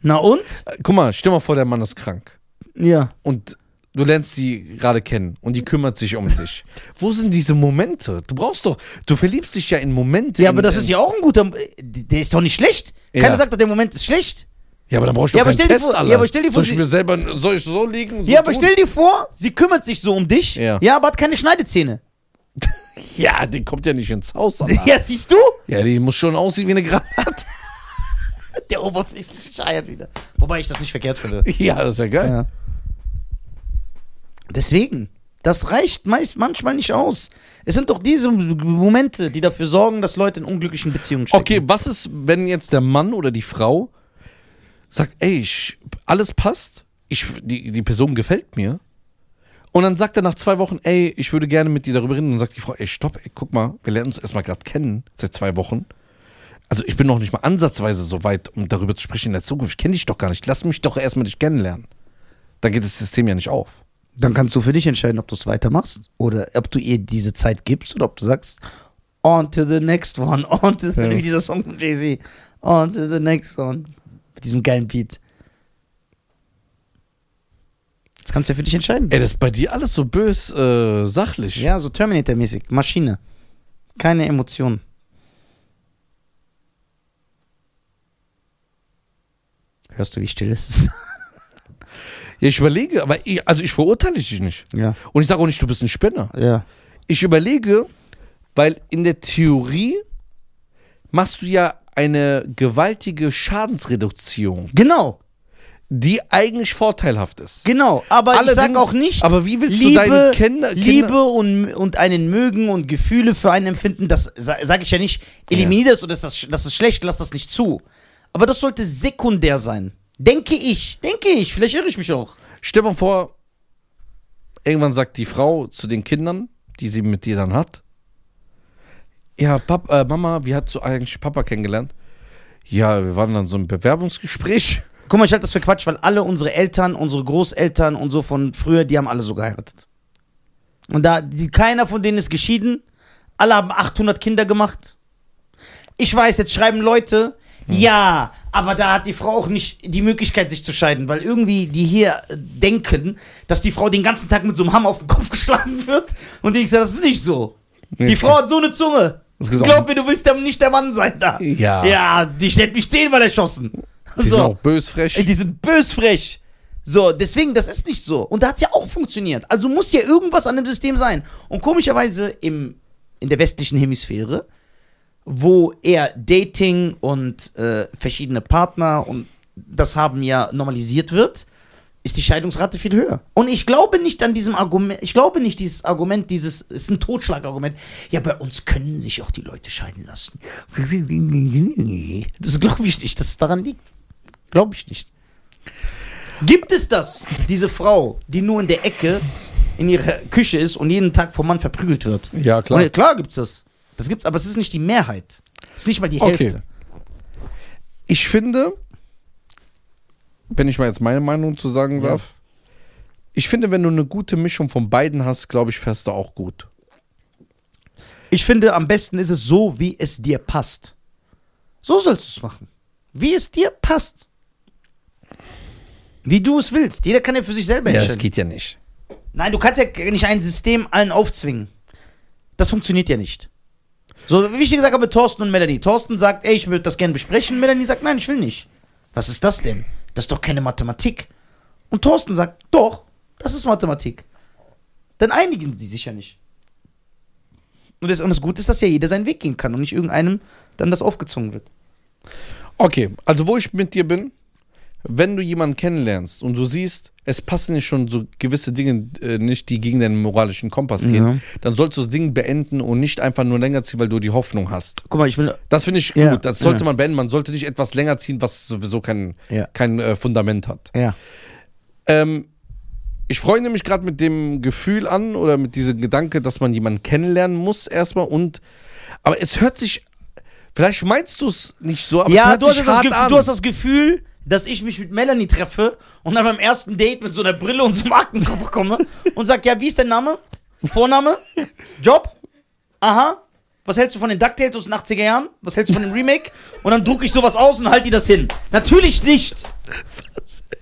Speaker 1: Na und?
Speaker 2: Äh, Guck mal, stell mal vor, der Mann ist krank.
Speaker 1: Ja.
Speaker 2: und du lernst sie gerade kennen und die kümmert sich um dich. Wo sind diese Momente? Du brauchst doch, du verliebst dich ja in Momente.
Speaker 1: Ja,
Speaker 2: in,
Speaker 1: aber das
Speaker 2: in,
Speaker 1: ist ja auch ein guter. äh, Der ist doch nicht schlecht.
Speaker 2: Ja.
Speaker 1: Keiner sagt doch, der Moment ist schlecht.
Speaker 2: Ja, aber dann brauchst du
Speaker 1: Ja,
Speaker 2: doch
Speaker 1: aber stell
Speaker 2: keinen
Speaker 1: dir
Speaker 2: Test,
Speaker 1: vor-
Speaker 2: Alter.
Speaker 1: ja, aber stell dir vor,
Speaker 2: soll ich
Speaker 1: sie-
Speaker 2: mir selber, soll ich so liegen? So
Speaker 1: Ja, aber
Speaker 2: tun?
Speaker 1: stell dir vor, sie kümmert sich so um dich.
Speaker 2: Ja.
Speaker 1: ja aber hat keine Schneidezähne.
Speaker 2: Ja, die kommt ja nicht ins Haus, Alter.
Speaker 1: Ja, siehst du?
Speaker 2: Ja, die muss schon aussehen wie eine Granate.
Speaker 1: Der oberflächliche Scheier wieder. Wobei ich das nicht verkehrt finde.
Speaker 2: Ja, das ist ja geil.
Speaker 1: Ja. Deswegen, das reicht meist manchmal nicht aus. Es sind doch diese Momente, die dafür sorgen, dass Leute in unglücklichen Beziehungen stecken.
Speaker 2: Okay, was ist, wenn jetzt der Mann oder die Frau sagt, ey, ich, alles passt, ich, die, die Person gefällt mir. Und dann sagt er nach zwei Wochen, ey, ich würde gerne mit dir darüber reden. Und dann sagt die Frau, ey, stopp, ey, guck mal, wir lernen uns erstmal gerade kennen, seit zwei Wochen. Also ich bin noch nicht mal ansatzweise so weit, um darüber zu sprechen in der Zukunft. Ich kenne dich doch gar nicht. Lass mich doch erstmal dich kennenlernen. Dann geht das System ja nicht auf.
Speaker 1: Dann kannst du für dich entscheiden, ob du es weitermachst oder ob du ihr diese Zeit gibst oder ob du sagst, on to the next one, on to the,
Speaker 2: Ja.
Speaker 1: wie dieser Song von Jay-Z, on to the next one. Mit diesem geilen Beat. Das kannst du ja für dich entscheiden.
Speaker 2: Ey, das ist bei dir alles so bös äh, sachlich.
Speaker 1: Ja, so Terminator-mäßig. Maschine. Keine Emotionen. Hörst du, wie still es ist?
Speaker 2: Ja, ich überlege, aber ich, also ich verurteile dich nicht.
Speaker 1: Ja.
Speaker 2: Und ich sage auch nicht, du bist ein Spinner.
Speaker 1: Ja.
Speaker 2: Ich überlege, weil in der Theorie machst du ja eine gewaltige Schadensreduzierung,
Speaker 1: Genau,
Speaker 2: die eigentlich vorteilhaft ist.
Speaker 1: genau. Aber ich sag auch nicht,
Speaker 2: Aber wie willst du
Speaker 1: Liebe,
Speaker 2: deinen Kinder, Kinder
Speaker 1: Liebe und, und einen mögen und Gefühle für einen empfinden, das sage ich ja nicht, eliminier das oder ist das, sch- das ist schlecht, lass das nicht zu. Aber das sollte sekundär sein. Denke ich, denke ich, vielleicht irre ich mich auch.
Speaker 2: Stell mal vor, irgendwann sagt die Frau zu den Kindern, die sie mit dir dann hat, ja, Pap äh, Mama, wie hast du eigentlich Papa kennengelernt? Ja, wir waren dann so im Bewerbungsgespräch.
Speaker 1: Guck mal, ich halte das für Quatsch, weil alle unsere Eltern, unsere Großeltern und so von früher, die haben alle so geheiratet. Und da, die, keiner von denen ist geschieden. Alle haben 800 Kinder gemacht. Ich weiß, jetzt schreiben Leute,
Speaker 2: Hm.
Speaker 1: ja, aber da hat die Frau auch nicht die Möglichkeit, sich zu scheiden, weil irgendwie die hier äh, denken, dass die Frau den ganzen Tag mit so einem Hammer auf den Kopf geschlagen wird. Und ich sage, das ist nicht so.
Speaker 2: Nee,
Speaker 1: Die Frau hat so eine Zunge.
Speaker 2: Es gibt auch-
Speaker 1: Glaub mir, du willst der- nicht der Mann sein da.
Speaker 2: Ja.
Speaker 1: Ja, die hätte mich zehnmal erschossen.
Speaker 2: Die sind auch bösfrech.
Speaker 1: Ey, Äh, die sind bösfrech. So, deswegen, das ist nicht so. Und da hat es ja auch funktioniert. Also muss ja irgendwas an dem System sein. Und komischerweise im, in der westlichen Hemisphäre wo er Dating und äh, verschiedene Partner und das haben ja normalisiert wird, ist die Scheidungsrate viel höher. Und ich glaube nicht an diesem Argument, ich glaube nicht dieses Argument, dieses ist ein Totschlagargument. Ja, bei uns können sich auch die Leute scheiden lassen. Das glaube ich nicht, dass es daran liegt. Glaube ich nicht. Gibt es das, diese Frau, die nur in der Ecke in ihrer Küche ist und jeden Tag vom Mann verprügelt wird?
Speaker 2: Ja, klar.
Speaker 1: Und, klar gibt's das. Das gibt's, aber es ist nicht die Mehrheit. Es ist nicht mal die
Speaker 2: Okay.
Speaker 1: Hälfte.
Speaker 2: Ich finde, wenn ich mal jetzt meine Meinung zu sagen
Speaker 1: Ja.
Speaker 2: darf, ich finde, wenn du eine gute Mischung von beiden hast, glaube ich, fährst du auch gut.
Speaker 1: Ich finde, am besten ist es so, wie es dir passt. So sollst du es machen. Wie es dir passt. Wie du es willst. Jeder kann ja für sich selber entscheiden.
Speaker 2: geht ja nicht.
Speaker 1: Nein, du kannst ja nicht ein System allen aufzwingen. Das funktioniert ja nicht. So, wie ich dir gesagt habe, Thorsten und Melanie. Thorsten sagt, ey, ich würde das gerne besprechen. Melanie sagt, nein, ich will nicht. Was ist das denn? Das ist doch keine Mathematik. Und Thorsten sagt, doch, das ist Mathematik. Dann einigen sie sich ja nicht. Und das, und das Gute ist, dass ja jeder seinen Weg gehen kann und nicht irgendeinem dann das aufgezwungen wird.
Speaker 2: Okay, also wo ich mit dir bin, wenn du jemanden kennenlernst und du siehst, es passen nicht schon so gewisse Dinge äh, nicht, die gegen deinen moralischen Kompass gehen,
Speaker 1: Ja.
Speaker 2: dann sollst du das Ding beenden und nicht einfach nur länger ziehen, weil du die Hoffnung hast.
Speaker 1: Guck mal, ich will.
Speaker 2: Das finde ich
Speaker 1: Ja,
Speaker 2: gut. Das sollte
Speaker 1: ja.
Speaker 2: man beenden. Man sollte nicht etwas länger ziehen, was sowieso kein,
Speaker 1: Ja.
Speaker 2: kein äh, Fundament hat.
Speaker 1: Ja.
Speaker 2: Ähm, ich freue mich gerade mit dem Gefühl an oder mit diesem Gedanke, dass man jemanden kennenlernen muss erstmal und aber es hört sich vielleicht meinst du es nicht so, aber es
Speaker 1: ja,
Speaker 2: hört
Speaker 1: du hast,
Speaker 2: sich
Speaker 1: das
Speaker 2: hart
Speaker 1: Gefühl,
Speaker 2: an.
Speaker 1: du hast das Gefühl, dass ich mich mit Melanie treffe und dann beim ersten Date mit so einer Brille und so einem Aktenkoffer komme und sag, ja, wie ist dein Name? Vorname? Job? Aha. Was hältst du von den DuckTales aus den 80er Jahren? Was hältst du von dem Remake? Und dann drucke ich sowas aus und halte dir das hin. Natürlich nicht.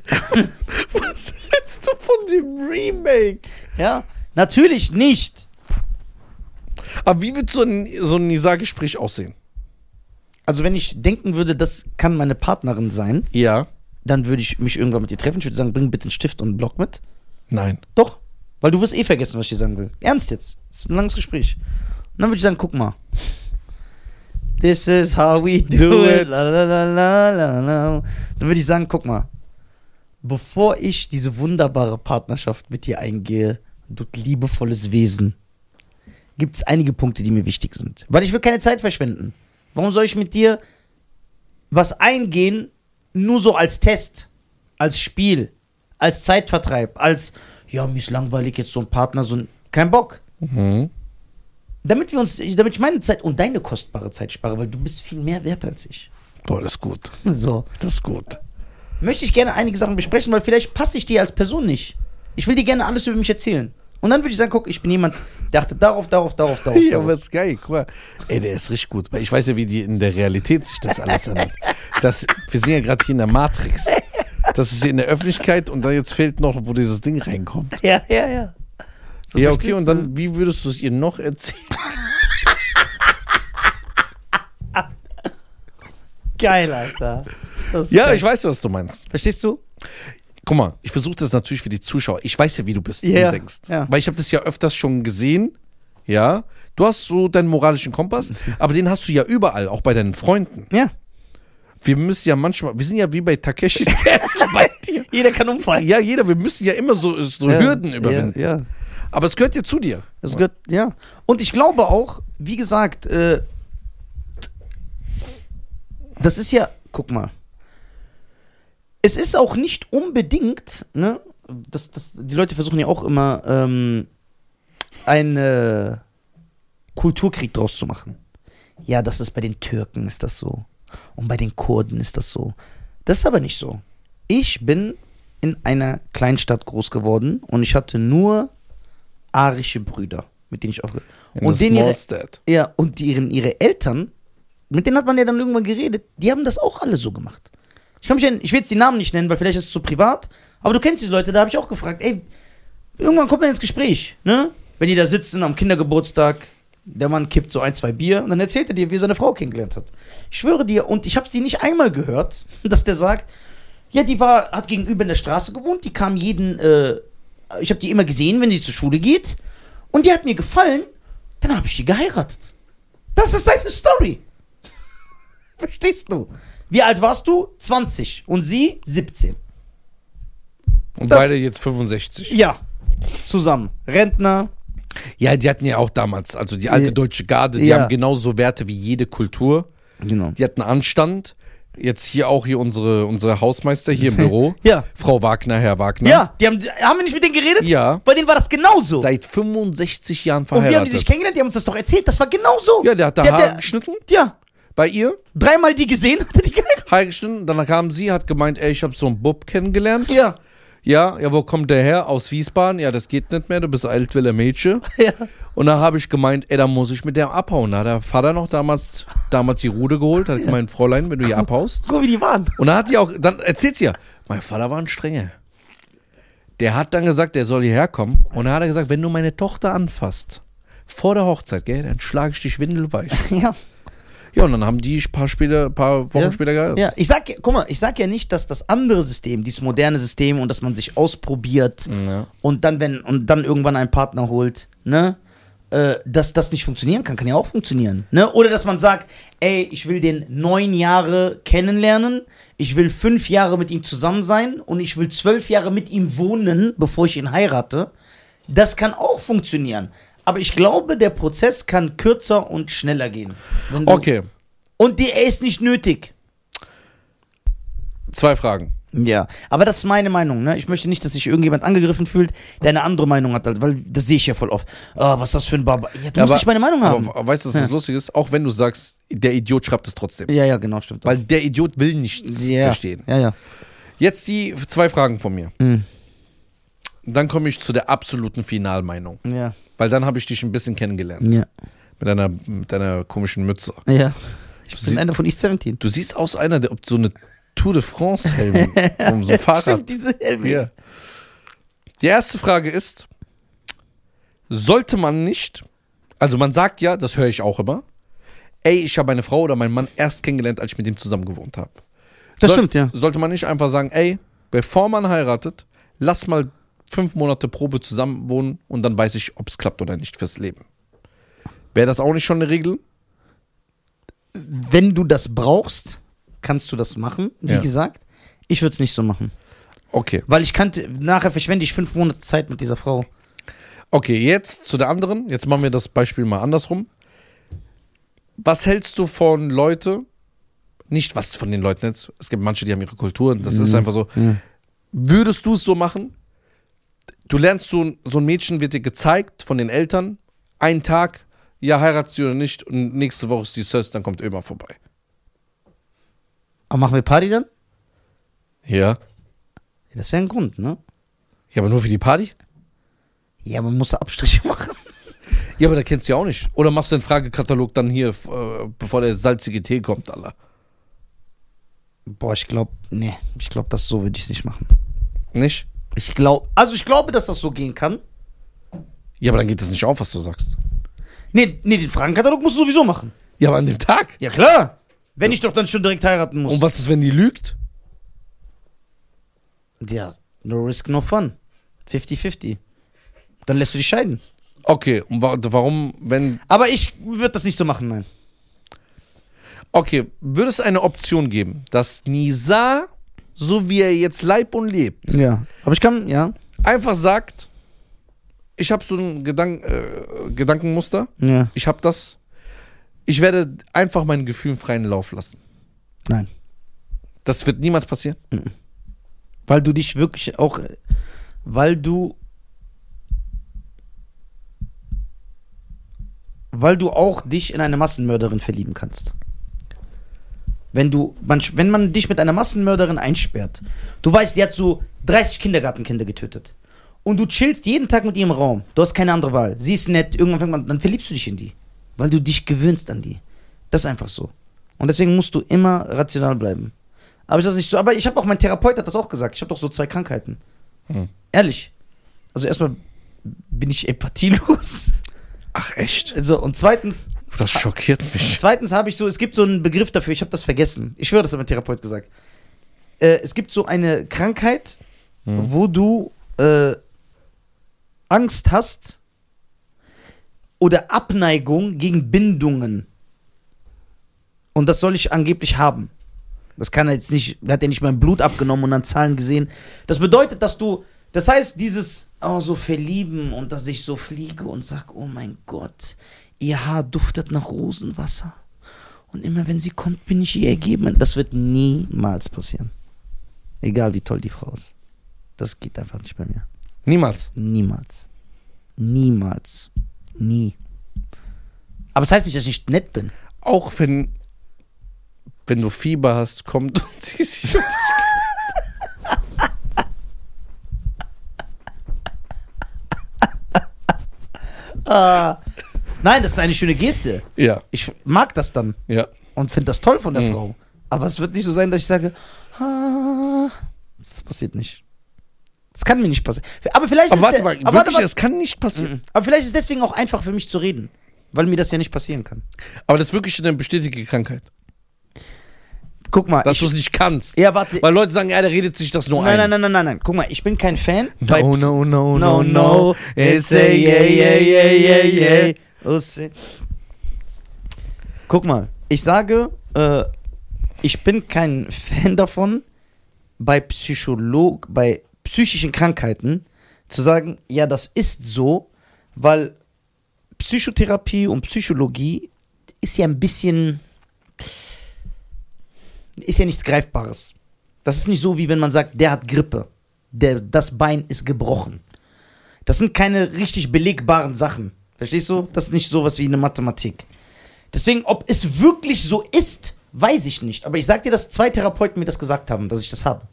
Speaker 2: Was hältst du von dem Remake?
Speaker 1: Ja, natürlich nicht.
Speaker 2: Aber wie wird so ein, so ein Nisa-Gespräch aussehen?
Speaker 1: Also wenn ich denken würde, das kann meine Partnerin sein,
Speaker 2: Ja.
Speaker 1: dann würde ich mich irgendwann mit ihr treffen. Ich würde sagen, bring bitte einen Stift und einen Block mit.
Speaker 2: Nein.
Speaker 1: Doch, weil du wirst eh vergessen, was ich dir sagen will. Ernst jetzt. Das ist ein langes Gespräch. Und dann würde ich sagen, guck mal. This is how we do,
Speaker 2: Do
Speaker 1: it.
Speaker 2: it.
Speaker 1: La, la, la, la, la, la. Dann würde ich sagen, guck mal. Bevor ich diese wunderbare Partnerschaft mit dir eingehe, du liebevolles Wesen, gibt es einige Punkte, die mir wichtig sind. Weil ich will keine Zeit verschwenden. Warum soll ich mit dir was eingehen, nur so als Test, als Spiel, als Zeitvertreib, als, ja, mir ist langweilig jetzt so ein Partner, so ein, kein Bock.
Speaker 2: Mhm.
Speaker 1: Damit wir uns, damit ich meine Zeit und deine kostbare Zeit spare, weil du bist viel mehr wert als ich.
Speaker 2: Boah, das ist gut.
Speaker 1: So.
Speaker 2: Das ist gut.
Speaker 1: Möchte ich gerne einige Sachen besprechen, weil vielleicht passe ich dir als Person nicht. Ich will dir gerne alles über mich erzählen. Und dann würde ich sagen, guck, ich bin jemand, der achtet darauf, darauf, darauf, darauf.
Speaker 2: Ja, aber
Speaker 1: darauf.
Speaker 2: ist geil. Guck mal. Ey, der ist richtig gut. Weil ich weiß ja, wie die in der Realität sich das alles ändert. Das, wir sind ja gerade hier in der Matrix. Das ist hier in der Öffentlichkeit und dann jetzt fehlt noch, wo dieses Ding reinkommt.
Speaker 1: Ja, ja, ja. So
Speaker 2: ja, okay.
Speaker 1: verstehst
Speaker 2: Und
Speaker 1: du?
Speaker 2: dann, wie würdest du es ihr noch erzählen?
Speaker 1: Geil, Alter. Das ist
Speaker 2: Ja,
Speaker 1: geil.
Speaker 2: ich weiß, was du meinst.
Speaker 1: Verstehst du?
Speaker 2: Guck mal, ich versuche das natürlich für die Zuschauer. Ich weiß ja, wie du bist
Speaker 1: Ja, ja.
Speaker 2: und denkst.
Speaker 1: Ja.
Speaker 2: Weil ich habe das ja öfters schon gesehen. Ja, du hast so deinen moralischen Kompass, aber den hast du ja überall, auch bei deinen Freunden.
Speaker 1: Ja.
Speaker 2: Wir müssen ja manchmal, wir sind ja wie bei Takeshis Castle bei dir.
Speaker 1: Jeder kann umfallen.
Speaker 2: Ja, jeder, wir müssen ja immer so, so Hürden überwinden.
Speaker 1: Ja, ja.
Speaker 2: Aber es gehört ja zu dir.
Speaker 1: Das gehört, ja. Und ich glaube auch, wie gesagt, äh, das ist ja, guck mal, es ist auch nicht unbedingt, ne, das, das, die Leute versuchen ja auch immer, ähm, einen äh, Kulturkrieg draus zu machen. Ja, das ist bei den Türken ist das so. Und bei den Kurden ist das so. Das ist aber nicht so. Ich bin in einer Kleinstadt groß geworden und ich hatte nur arische Brüder, mit denen ich aufgehört Und, denen ihre,
Speaker 2: Dad.
Speaker 1: ja, und die, ihren, ihre Eltern, mit denen hat man ja dann irgendwann geredet, die haben das auch alle so gemacht. Ich, kann mich, erinnern, ich will jetzt die Namen nicht nennen, weil vielleicht ist es zu privat, aber du kennst die Leute, da habe ich auch gefragt, ey, irgendwann kommt man ins Gespräch, ne? Wenn die da sitzen am Kindergeburtstag, der Mann kippt so ein, zwei Bier und dann erzählt er dir, wie er seine Frau kennengelernt hat. Ich schwöre dir, und ich habe sie nicht einmal gehört, dass der sagt, ja, die war, hat gegenüber in der Straße gewohnt, die kam jeden, äh, ich habe die immer gesehen, wenn sie zur Schule geht und die hat mir gefallen, dann habe ich die geheiratet. Das ist seine Story. Verstehst du? Wie alt warst du? 20. Und sie 17.
Speaker 2: Und
Speaker 1: Das-
Speaker 2: beide jetzt 65.
Speaker 1: Ja. Zusammen. Rentner.
Speaker 2: Ja, die hatten ja auch damals, also die alte
Speaker 1: Ja.
Speaker 2: deutsche Garde, die
Speaker 1: Ja.
Speaker 2: haben genauso Werte wie jede Kultur.
Speaker 1: Genau.
Speaker 2: Die hatten Anstand. Jetzt hier auch hier unsere, unsere Hausmeister hier im Büro.
Speaker 1: Ja.
Speaker 2: Frau Wagner, Herr Wagner.
Speaker 1: Ja, die haben, haben wir nicht mit denen geredet?
Speaker 2: Ja.
Speaker 1: Bei denen war das genauso.
Speaker 2: Seit 65 Jahren
Speaker 1: Und wie haben die
Speaker 2: verheiratet.
Speaker 1: sich kennengelernt? Die haben uns das doch erzählt. Das war genauso.
Speaker 2: ja, der hat da
Speaker 1: Der-
Speaker 2: Haare
Speaker 1: der-
Speaker 2: geschnitten.
Speaker 1: Ja.
Speaker 2: Bei ihr,
Speaker 1: Dreimal die gesehen, hatte die geil.
Speaker 2: Haare geschnitten. Dann kam sie, hat gemeint, ey, ich habe so einen Bub kennengelernt.
Speaker 1: Ja.
Speaker 2: Ja, ja, wo kommt der her? Aus Wiesbaden. Ja, das geht nicht mehr, du bist alt wie ein Mädchen.
Speaker 1: Ja.
Speaker 2: Und da habe ich gemeint, ey, da muss ich mit der abhauen. Da hat der Vater noch damals, damals die Rude geholt, hat gemeint, Fräulein, wenn du hier abhaust.
Speaker 1: Guck, wie die waren.
Speaker 2: Und dann hat die auch, dann erzählt sie ja, mein Vater war ein Strenger. Der hat dann gesagt, der soll hierher kommen. Und dann hat er gesagt, wenn du meine Tochter anfasst, vor der Hochzeit, gell, dann schlage ich dich windelweich.
Speaker 1: Ja.
Speaker 2: Ja, und dann haben die ein paar, später, ein paar Wochen
Speaker 1: ja.
Speaker 2: später geheiratet.
Speaker 1: Ja, ich sag, guck mal, ich sag ja nicht, dass das andere System, dieses moderne System und dass man sich ausprobiert
Speaker 2: Ja.
Speaker 1: und dann wenn und dann irgendwann einen Partner holt, ne? äh, Dass das nicht funktionieren kann, kann ja auch funktionieren. Ne? Oder dass man sagt, ey, ich will den neun Jahre kennenlernen, ich will fünf Jahre mit ihm zusammen sein und ich will zwölf Jahre mit ihm wohnen, bevor ich ihn heirate. Das kann auch funktionieren. Aber ich glaube, der Prozess kann kürzer und schneller gehen. Wenn du-
Speaker 2: Okay,
Speaker 1: Und die, er ist nicht nötig.
Speaker 2: zwei Fragen.
Speaker 1: Ja, aber das ist meine Meinung. Ne? Ich möchte nicht, dass sich irgendjemand angegriffen fühlt, der eine andere Meinung hat, weil das sehe ich ja voll oft. Ah, was ist das für ein Barbar? Ja, du musst
Speaker 2: Aber-
Speaker 1: nicht meine Meinung haben.
Speaker 2: Aber, weißt du, was das lustig ist? Auch wenn du sagst, der Idiot schreibt es trotzdem.
Speaker 1: Ja, ja, genau, stimmt.
Speaker 2: Weil der Idiot will nichts
Speaker 1: ja.
Speaker 2: verstehen.
Speaker 1: Ja, ja.
Speaker 2: Jetzt die zwei Fragen von mir.
Speaker 1: Mhm.
Speaker 2: Dann komme ich zu der absoluten Finalmeinung.
Speaker 1: Ja.
Speaker 2: Weil dann habe ich dich ein bisschen kennengelernt.
Speaker 1: Ja.
Speaker 2: Mit deiner, mit deiner komischen Mütze.
Speaker 1: ja. Ich bin
Speaker 2: Sie-
Speaker 1: einer von East 17.
Speaker 2: Du siehst aus einer, der ob so eine Tour de France Helm vom so Fahrrad.
Speaker 1: Stimmt, diese Helme.
Speaker 2: Ja. Die erste Frage ist, sollte man nicht, also man sagt ja, das höre ich auch immer, ey, ich habe meine Frau oder meinen Mann erst kennengelernt, als ich mit ihm zusammen gewohnt habe.
Speaker 1: Das stimmt, ja.
Speaker 2: Sollte man nicht einfach sagen, ey, bevor man heiratet, lass mal fünf Monate Probe zusammen wohnen und dann weiß ich, ob es klappt oder nicht fürs Leben. Wäre das auch nicht schon eine Regel?
Speaker 1: Wenn du das brauchst, kannst du das machen, wie
Speaker 2: Ja.
Speaker 1: gesagt. Ich würde es nicht so machen.
Speaker 2: Okay.
Speaker 1: Weil ich kannte, nachher verschwende ich fünf Monate Zeit mit dieser Frau.
Speaker 2: Okay, jetzt zu der anderen. Jetzt machen wir das Beispiel mal andersrum. Was hältst du von Leute? Nicht was von den Leuten jetzt. Es gibt manche, die haben ihre Kulturen. Das ist einfach so. Würdest du es so machen? Du lernst so, ein- so ein Mädchen, wird dir gezeigt von den Eltern. Einen Tag, ja, heiratest du oder nicht. Und nächste Woche ist die Sös, dann kommt Ömer vorbei.
Speaker 1: Aber machen wir Party dann?
Speaker 2: Ja.
Speaker 1: Das wäre ein Grund, ne?
Speaker 2: Ja, aber nur für die Party?
Speaker 1: Ja, man muss da Abstriche machen.
Speaker 2: Ja, aber da kennst du ja auch nicht. Oder machst du den Fragekatalog dann hier, äh, bevor der salzige Tee kommt, Alter?
Speaker 1: Boah, ich glaube, nee, ich glaube, das so würde ich es nicht machen.
Speaker 2: Nicht?
Speaker 1: Ich glaube, also ich glaube, dass das so gehen kann.
Speaker 2: Ja, aber dann geht das nicht auf, was du sagst.
Speaker 1: Nee, nee, den Fragenkatalog musst du sowieso machen.
Speaker 2: Ja, aber an dem Tag.
Speaker 1: Ja, klar. Wenn ich doch dann schon direkt heiraten muss.
Speaker 2: Und was ist, wenn die lügt?
Speaker 1: Ja, no risk, no fun. 50-50. Dann lässt du dich scheiden.
Speaker 2: Okay, und wa warum, wenn.
Speaker 1: Aber ich würde das nicht so machen, nein.
Speaker 2: Okay, würde es eine Option geben, dass Nisa, so wie er jetzt leib und lebt,
Speaker 1: Ja. Aber ich kann, ja.
Speaker 2: einfach sagt: Ich habe so ein Gedank äh, Gedankenmuster,
Speaker 1: Ja.
Speaker 2: ich habe das, ich werde einfach meinen Gefühlen freien Lauf lassen.
Speaker 1: Nein.
Speaker 2: Das wird niemals passieren.
Speaker 1: Weil du dich wirklich auch, äh, weil du, weil du auch dich in eine Massenmörderin verlieben kannst. Wenn du, man, wenn man dich mit einer Massenmörderin einsperrt, du weißt, die hat so 30 Kindergartenkinder getötet. Und du chillst jeden Tag mit ihr im Raum. Du hast keine andere Wahl. Sie ist nett, irgendwann fängt man, dann verliebst du dich in die. Weil du dich gewöhnst an die. Das ist einfach so. Und deswegen musst du immer rational bleiben. Aber ich das nicht so. Aber ich habe auch, mein Therapeut hat das auch gesagt. Ich habe doch so zwei Krankheiten.
Speaker 2: Hm.
Speaker 1: Ehrlich. Also erstmal bin ich empathielos.
Speaker 2: Ach, echt?
Speaker 1: Also, und zweitens,
Speaker 2: Das schockiert mich.
Speaker 1: zweitens habe ich so, es gibt so einen Begriff dafür, ich habe das vergessen. Ich schwöre, das hat mein Therapeut gesagt. Äh, es gibt so eine Krankheit,
Speaker 2: Hm.
Speaker 1: wo du äh, Angst hast oder Abneigung gegen Bindungen. Und das soll ich angeblich haben. Das kann er jetzt nicht, hat er nicht mein Blut abgenommen und an Zahlen gesehen. Das bedeutet, dass du, das heißt, dieses, oh, so verlieben und dass ich so fliege und sag, oh mein Gott, ihr Haar duftet nach Rosenwasser. Und immer wenn sie kommt, bin ich ihr ergeben. Das wird niemals passieren. Egal wie toll die Frau ist. Das geht einfach nicht bei mir.
Speaker 2: Niemals.
Speaker 1: Niemals. Niemals. Nie. Aber es das heißt nicht, dass ich nicht nett bin.
Speaker 2: Auch wenn, wenn du Fieber hast, kommt und sie sich um dich
Speaker 1: Äh, nein, das ist eine schöne Geste.
Speaker 2: Ja,
Speaker 1: Ich mag das dann
Speaker 2: ja.
Speaker 1: und finde das toll von der
Speaker 2: Mhm.
Speaker 1: Frau. Aber es wird nicht so sein, dass ich sage, ah, das passiert nicht. Das kann mir nicht passieren. Aber vielleicht
Speaker 2: Aber
Speaker 1: ist
Speaker 2: warte
Speaker 1: der-
Speaker 2: mal,
Speaker 1: aber, warte
Speaker 2: wirklich,
Speaker 1: mal
Speaker 2: das kann nicht passieren.
Speaker 1: Mhm. aber vielleicht ist deswegen auch einfach für mich zu reden, weil mir das ja nicht passieren kann.
Speaker 2: Aber das ist wirklich eine bestätigte Krankheit.
Speaker 1: Guck mal,
Speaker 2: Dass
Speaker 1: ich,
Speaker 2: du es nicht kannst.
Speaker 1: ja warte,
Speaker 2: Weil Leute sagen, ja, der redet sich das nur
Speaker 1: nein,
Speaker 2: ein.
Speaker 1: nein, nein, nein, nein, nein. Guck mal, ich bin kein Fan. bei-
Speaker 2: No, no, no,
Speaker 1: no, no.
Speaker 2: no, no.
Speaker 1: It's
Speaker 2: It's
Speaker 1: a
Speaker 2: a
Speaker 1: yeah,
Speaker 2: yeah,
Speaker 1: yeah,
Speaker 2: yeah,
Speaker 1: yeah,
Speaker 2: yeah,
Speaker 1: yeah,
Speaker 2: yeah,
Speaker 1: yeah.
Speaker 2: yeah.
Speaker 1: Oh, shit. Guck mal, ich sage, äh, ich bin kein Fan davon, bei Psycholog, bei psychischen Krankheiten zu sagen, ja, das ist so, weil Psychotherapie und Psychologie ist ja ein bisschen, ist ja nichts Greifbares. Das ist nicht so, wie wenn man sagt, der hat Grippe, der, das Bein ist gebrochen. Das sind keine richtig belegbaren Sachen. Verstehst du? Das ist nicht sowas wie eine Mathematik. Deswegen, ob es wirklich so ist, weiß ich nicht. Aber ich sag dir, dass zwei Therapeuten mir das gesagt haben, dass ich das habe.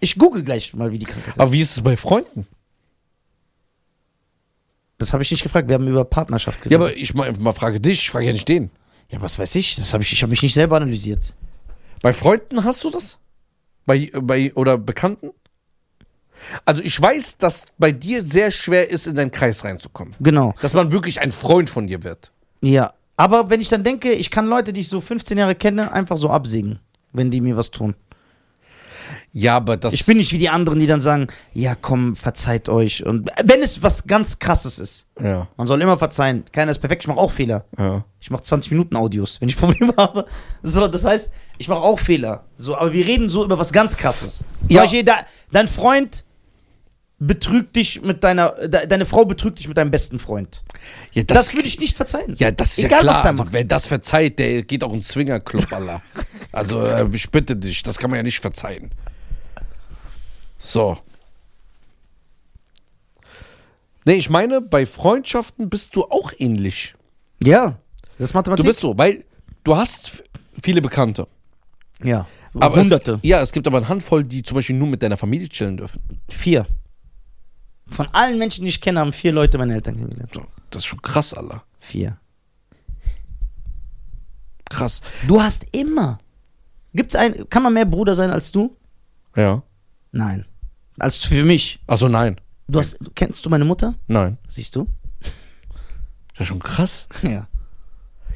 Speaker 1: Ich google gleich mal, wie die Krankheit ist.
Speaker 2: Aber wie ist es bei Freunden?
Speaker 1: Das habe ich nicht gefragt. Wir haben über Partnerschaft geredet.
Speaker 2: Ja, aber ich mal, mal frage dich, ich frage ja nicht den.
Speaker 1: Ja, was weiß ich? Das habe ich, ich habe mich nicht selber analysiert.
Speaker 2: Bei Freunden hast du das? Bei, bei oder Bekannten? Also ich weiß, dass bei dir sehr schwer ist, in deinen Kreis reinzukommen.
Speaker 1: Genau.
Speaker 2: Dass man wirklich ein Freund von dir wird.
Speaker 1: Ja. Aber wenn ich dann denke, ich kann Leute, die ich so 15 Jahre kenne, einfach so absägen, wenn die mir was tun.
Speaker 2: Ja, aber das.
Speaker 1: Ich bin nicht wie die anderen, die dann sagen, ja komm, verzeiht euch. Und wenn es was ganz krasses ist,
Speaker 2: Ja,
Speaker 1: man soll immer verzeihen. Keiner ist perfekt, ich mache auch Fehler.
Speaker 2: ja.
Speaker 1: Ich mache 20 Minuten Audios, wenn ich Probleme habe. So, das heißt, ich mache auch Fehler. So, aber wir reden so über was ganz krasses. Zum
Speaker 2: Ja.
Speaker 1: Beispiel, da, dein Freund betrügt dich mit deiner, de, deine Frau betrügt dich mit deinem besten Freund.
Speaker 2: ja
Speaker 1: Das, würde ich nicht verzeihen.
Speaker 2: Ja, das ist
Speaker 1: Egal,
Speaker 2: ja klar.
Speaker 1: was er
Speaker 2: also,
Speaker 1: macht.
Speaker 2: wer das verzeiht, der geht auch in den Swingerclub, Allah. also, äh, ich bitte dich, das kann man ja nicht verzeihen. So. Nee, ich meine, bei Freundschaften bist du auch ähnlich.
Speaker 1: Ja, das ist Mathematik.
Speaker 2: Du bist so, weil du hast f- viele Bekannte.
Speaker 1: ja,
Speaker 2: Aber
Speaker 1: Hunderte.
Speaker 2: Es, ja, es gibt aber eine Handvoll, die zum Beispiel nur mit deiner Familie chillen dürfen.
Speaker 1: Vier. Von allen Menschen, die ich kenne, haben vier Leute meine Eltern kennengelernt.
Speaker 2: So, das ist schon krass, Allah.
Speaker 1: Vier.
Speaker 2: Krass.
Speaker 1: Du hast immer. Gibt's ein, kann man mehr Bruder sein als du?
Speaker 2: Ja.
Speaker 1: Nein. Als für mich.
Speaker 2: Also nein.
Speaker 1: Du hast, kennst du meine Mutter?
Speaker 2: Nein.
Speaker 1: Siehst du?
Speaker 2: Das ist schon krass.
Speaker 1: Ja.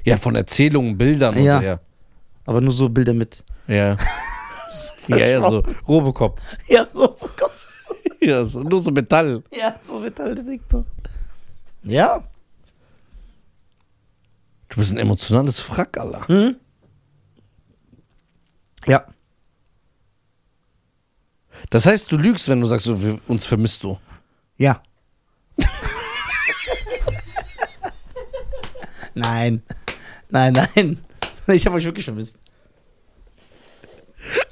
Speaker 2: Ja, von Erzählungen, Bildern
Speaker 1: Ja.
Speaker 2: und so. Ja.
Speaker 1: Aber nur so Bilder mit.
Speaker 2: Ja. ja, ja, so. Robocop.
Speaker 1: Ja, Robocop.
Speaker 2: Ja, so, nur so Metall.
Speaker 1: Ja, so wird halt Diktor. Ja.
Speaker 2: Du bist ein emotionales Frack, Allah.
Speaker 1: Hm? Ja.
Speaker 2: Das heißt, du lügst, wenn du sagst, du, wir- uns vermisst du.
Speaker 1: Ja. nein. Nein, nein. Ich habe euch wirklich vermisst.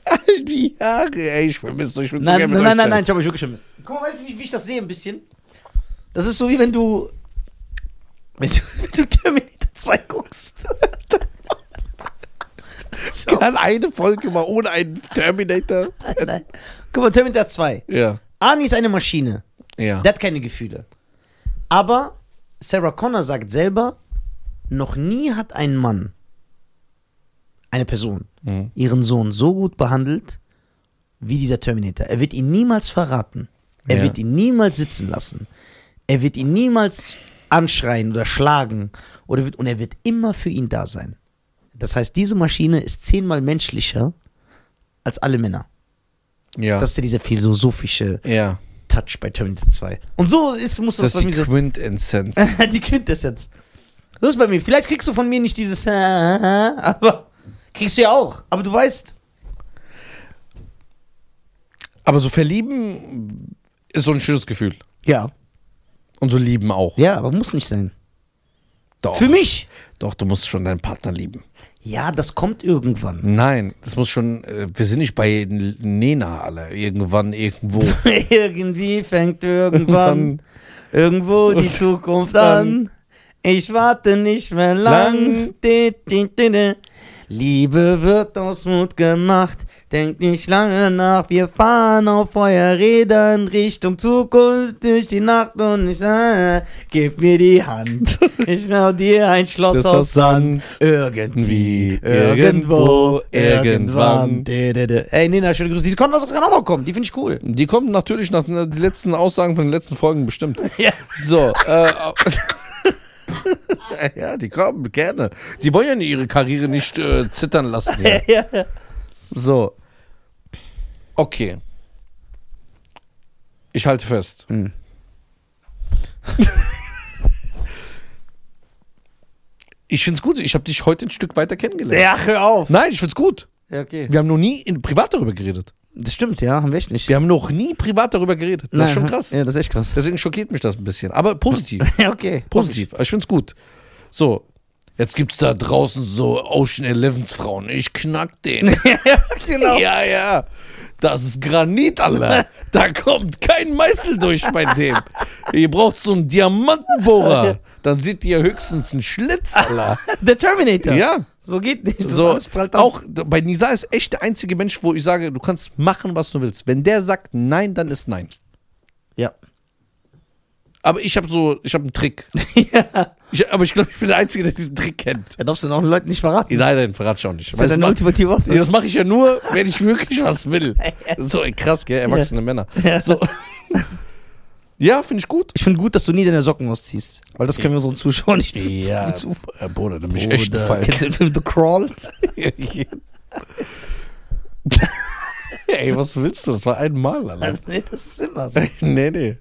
Speaker 2: All die Jahre, ey, ich vermisse euch. Ich bin so
Speaker 1: Nein,
Speaker 2: gern
Speaker 1: nein,
Speaker 2: mit euch
Speaker 1: nein, nein,
Speaker 2: sein.
Speaker 1: ich habe euch wirklich vermisst. Guck mal, weißt du, wie, wie ich das sehe ein bisschen? Das ist so wie wenn du. Wenn du, wenn du Terminator 2 guckst. Schau,
Speaker 2: Kann eine Folge mal ohne einen Terminator?
Speaker 1: nein. Guck mal, Terminator 2.
Speaker 2: Ja.
Speaker 1: Arnie ist eine Maschine.
Speaker 2: Ja.
Speaker 1: Der hat keine Gefühle. Aber Sarah Connor sagt selber, noch nie hat ein Mann, eine Person,
Speaker 2: Mhm.
Speaker 1: ihren Sohn so gut behandelt wie dieser Terminator. Er wird ihn niemals verraten. Er
Speaker 2: Ja.
Speaker 1: wird ihn niemals sitzen lassen. Er wird ihn niemals anschreien oder schlagen. Oder wird, und er wird immer für ihn da sein. Das heißt, diese Maschine ist zehnmal menschlicher als alle Männer.
Speaker 2: ja.
Speaker 1: Das ist ja dieser philosophische
Speaker 2: ja.
Speaker 1: Touch bei Terminator 2. Und so ist, muss das,
Speaker 2: Das
Speaker 1: bei
Speaker 2: ist die
Speaker 1: mir so.
Speaker 2: Quintessenz.
Speaker 1: die Quintessenz. Das ist bei mir. Vielleicht kriegst du von mir nicht dieses, aber kriegst du ja auch. Aber du weißt,
Speaker 2: Aber so verlieben ist so ein schönes Gefühl.
Speaker 1: ja,
Speaker 2: Und so lieben auch.
Speaker 1: ja, aber muss nicht sein.
Speaker 2: Doch.
Speaker 1: Für mich?
Speaker 2: Doch, du musst schon deinen Partner lieben.
Speaker 1: Ja, das kommt irgendwann.
Speaker 2: Nein, das muss schon. Äh, wir sind nicht bei N- Nena alle. Irgendwann, irgendwo.
Speaker 1: Irgendwie fängt irgendwann irgendwo die Zukunft
Speaker 2: dann-
Speaker 1: an. Ich warte nicht mehr lang.
Speaker 2: Lang.
Speaker 1: Di, di, di, di. Liebe wird aus Mut gemacht. Denkt nicht lange nach. Wir fahren auf Feuerrädern Richtung Zukunft durch die Nacht und ich äh, gib mir die Hand. Ich bau dir ein Schloss
Speaker 2: Das
Speaker 1: aus
Speaker 2: aus
Speaker 1: Sand.
Speaker 2: Sand.
Speaker 1: Irgendwie,
Speaker 2: Wie,
Speaker 1: irgendwo,
Speaker 2: irgendwo,
Speaker 1: irgendwann.
Speaker 2: irgendwann.
Speaker 1: Di, di, di. Ey, Nina, schöne Grüße. Die konnten auch nochmal kommen. Die finde ich cool.
Speaker 2: Die kommen natürlich nach den die letzten Aussagen von den letzten Folgen bestimmt.
Speaker 1: Ja.
Speaker 2: So. Äh, ja, die kommen gerne. Die wollen ja ihre Karriere nicht äh, zittern lassen. Hier.
Speaker 1: ja.
Speaker 2: So. Okay. Ich halte fest.
Speaker 1: Hm.
Speaker 2: ich find's gut. Ich habe dich heute ein Stück weiter kennengelernt.
Speaker 1: Ja, hör auf.
Speaker 2: Nein, ich find's gut.
Speaker 1: Ja, okay.
Speaker 2: Wir haben noch nie in, privat darüber geredet.
Speaker 1: Das stimmt, ja, haben wir echt nicht.
Speaker 2: Wir haben noch nie privat darüber geredet. Das ist schon krass.
Speaker 1: Ja, das ist echt krass.
Speaker 2: Deswegen schockiert mich das ein bisschen. Aber positiv.
Speaker 1: Ja, okay.
Speaker 2: Positiv. Ich find's gut. So. Jetzt gibt's da draußen so Ocean Elevens Frauen. Ich knack den.
Speaker 1: genau.
Speaker 2: Ja, ja. Das ist Granit, Alter. Da kommt kein Meißel durch bei dem. Ihr braucht so einen Diamantenbohrer. Dann seht ihr höchstens einen Schlitz, Alter.
Speaker 1: Der Terminator.
Speaker 2: Ja.
Speaker 1: So geht nicht.
Speaker 2: So,
Speaker 1: alles prallt
Speaker 2: auch d- bei Nisa ist echt der einzige Mensch, wo ich sage, du kannst machen, was du willst. Wenn der sagt nein, dann ist nein.
Speaker 1: Ja.
Speaker 2: Aber ich habe so, ich habe einen Trick.
Speaker 1: ja.
Speaker 2: Ich, aber ich glaube, ich bin der Einzige, der diesen Trick kennt.
Speaker 1: Da darfst du den auch den Leuten nicht verraten.
Speaker 2: Nein, nein, verrat ich auch nicht.
Speaker 1: Das ist ja
Speaker 2: Weißt du,
Speaker 1: deine
Speaker 2: mach-
Speaker 1: ultimative
Speaker 2: Ja,
Speaker 1: Waffe.
Speaker 2: Das mache ich ja nur, wenn ich wirklich was will. So ey, krass, gell? Erwachsene Männer.
Speaker 1: Ja.
Speaker 2: So. Ja, finde ich gut.
Speaker 1: Ich finde gut, dass du nie deine Socken ausziehst. Weil das können wir unseren Zuschauern nicht zu- zu. zu-
Speaker 2: äh, Bruder, da bin ich echt
Speaker 1: Oder
Speaker 2: falsch.
Speaker 1: kennst du den Film The Crawl?
Speaker 2: Ey, was willst du? Das war einmal, Alter.
Speaker 1: nee, das ist immer so.
Speaker 2: Nee, nee.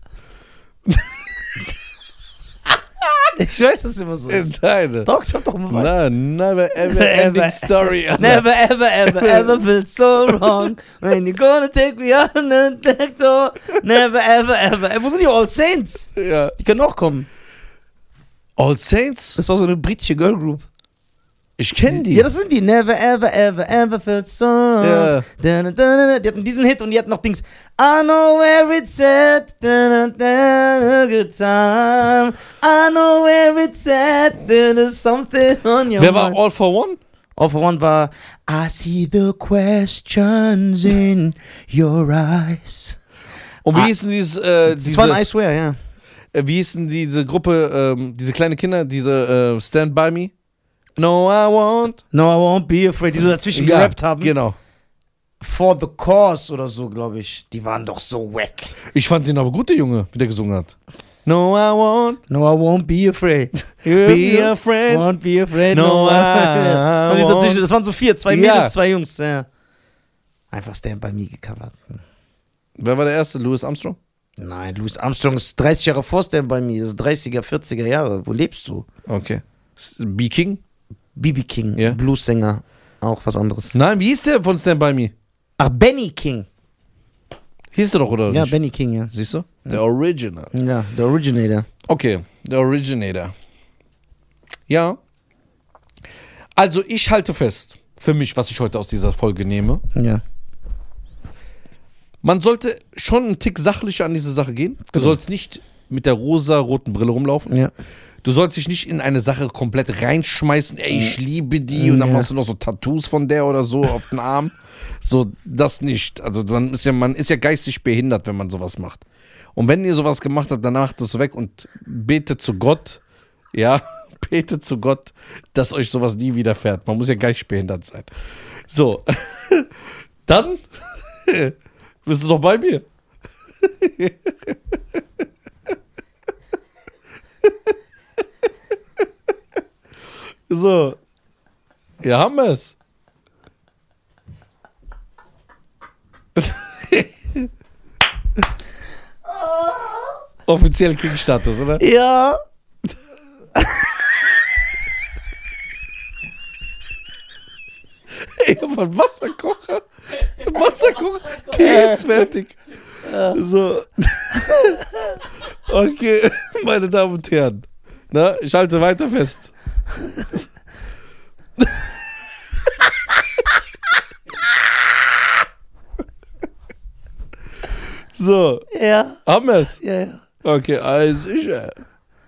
Speaker 1: Ich weiß, das ist immer so.
Speaker 2: Äh, Nein.
Speaker 1: Doch, ich hab doch mal was.
Speaker 2: Na, never ever ending
Speaker 1: Never.
Speaker 2: story, Alter.
Speaker 1: Never, ever, ever, ever felt so wrong when you're gonna take me out on the back door. Never, ever, ever. Ey, Wo sind die All Saints?
Speaker 2: Ja.
Speaker 1: Die können auch kommen.
Speaker 2: All Saints?
Speaker 1: Das war so eine britische Girlgroup.
Speaker 2: Ich kenne die.
Speaker 1: Ja, das sind die. Never, ever, ever, ever felt so.
Speaker 2: Ja.
Speaker 1: Da, da, da, da. Die hatten diesen Hit und die hatten noch Dings. I know where it's at. Da, da, da, good time. I know where it's at. Da, da, something on your
Speaker 2: Wer war
Speaker 1: mind.
Speaker 2: All for One?
Speaker 1: All for One war I see the questions in your eyes.
Speaker 2: Und wie
Speaker 1: Ah.
Speaker 2: hießen dieses, äh,
Speaker 1: Das war
Speaker 2: diese,
Speaker 1: ein I Swear, ja.
Speaker 2: äh, wie hießen diese Gruppe, ähm, diese kleine Kinder, diese äh, Stand By Me? No, I won't.
Speaker 1: No, I won't be afraid. Die so dazwischen
Speaker 2: Ja,
Speaker 1: gerappt haben.
Speaker 2: Genau.
Speaker 1: For the Cause oder so, glaube ich. Die waren doch so wack.
Speaker 2: Ich fand den aber gut, der Junge, wie der gesungen hat. No, I won't
Speaker 1: No, I won't be afraid.
Speaker 2: be afraid.
Speaker 1: Won't be afraid.
Speaker 2: No, I
Speaker 1: Und die ist
Speaker 2: won't.
Speaker 1: dazwischen, das waren so vier, zwei
Speaker 2: Ja.
Speaker 1: Mädels, zwei Jungs. Ja. Einfach Stand by Me gecovert.
Speaker 2: Wer war der erste? Louis Armstrong?
Speaker 1: Nein, Louis Armstrong ist 30 Jahre vor Stand by Me. Das ist 30er, 40er Jahre. Wo lebst du?
Speaker 2: Okay. S- B. King?
Speaker 1: BB King,
Speaker 2: Ja.
Speaker 1: Blues-Sänger. Auch was anderes.
Speaker 2: Nein, wie hieß der von Stand By Me?
Speaker 1: Ach, Benny King.
Speaker 2: Hieß der doch, oder
Speaker 1: Ja,
Speaker 2: nicht?
Speaker 1: Benny King, ja.
Speaker 2: Siehst du? Der Original.
Speaker 1: Ja, der Originator.
Speaker 2: Okay, der Originator. Ja. Also, ich halte fest, für mich, was ich heute aus dieser Folge nehme,
Speaker 1: Ja.
Speaker 2: man sollte schon einen Tick sachlicher an diese Sache gehen. Du
Speaker 1: Genau.
Speaker 2: sollst nicht mit der rosa-roten Brille rumlaufen.
Speaker 1: Ja.
Speaker 2: Du sollst dich nicht in eine Sache komplett reinschmeißen, ey, ich
Speaker 1: Mhm.
Speaker 2: liebe die und dann
Speaker 1: Ja.
Speaker 2: machst du noch so Tattoos von der oder so auf den Arm. So, das nicht. Also dann ist ja, man ist ja geistig behindert, wenn man sowas macht. Und wenn ihr sowas gemacht habt, danach macht es weg und betet zu Gott, ja, betet zu Gott, dass euch sowas nie widerfährt. Man muss ja geistig behindert sein. So, dann bist du doch bei mir. So. Wir haben es. Offiziell King-Status, oder?
Speaker 1: Ja.
Speaker 2: von Wasserkocher. Wasserkocher. Tee ist fertig. So. Okay, meine Damen und Herren. Na, ich halte weiter fest. So,
Speaker 1: Ja,
Speaker 2: haben wir es.
Speaker 1: ja, ja.
Speaker 2: Okay, also ich. äh,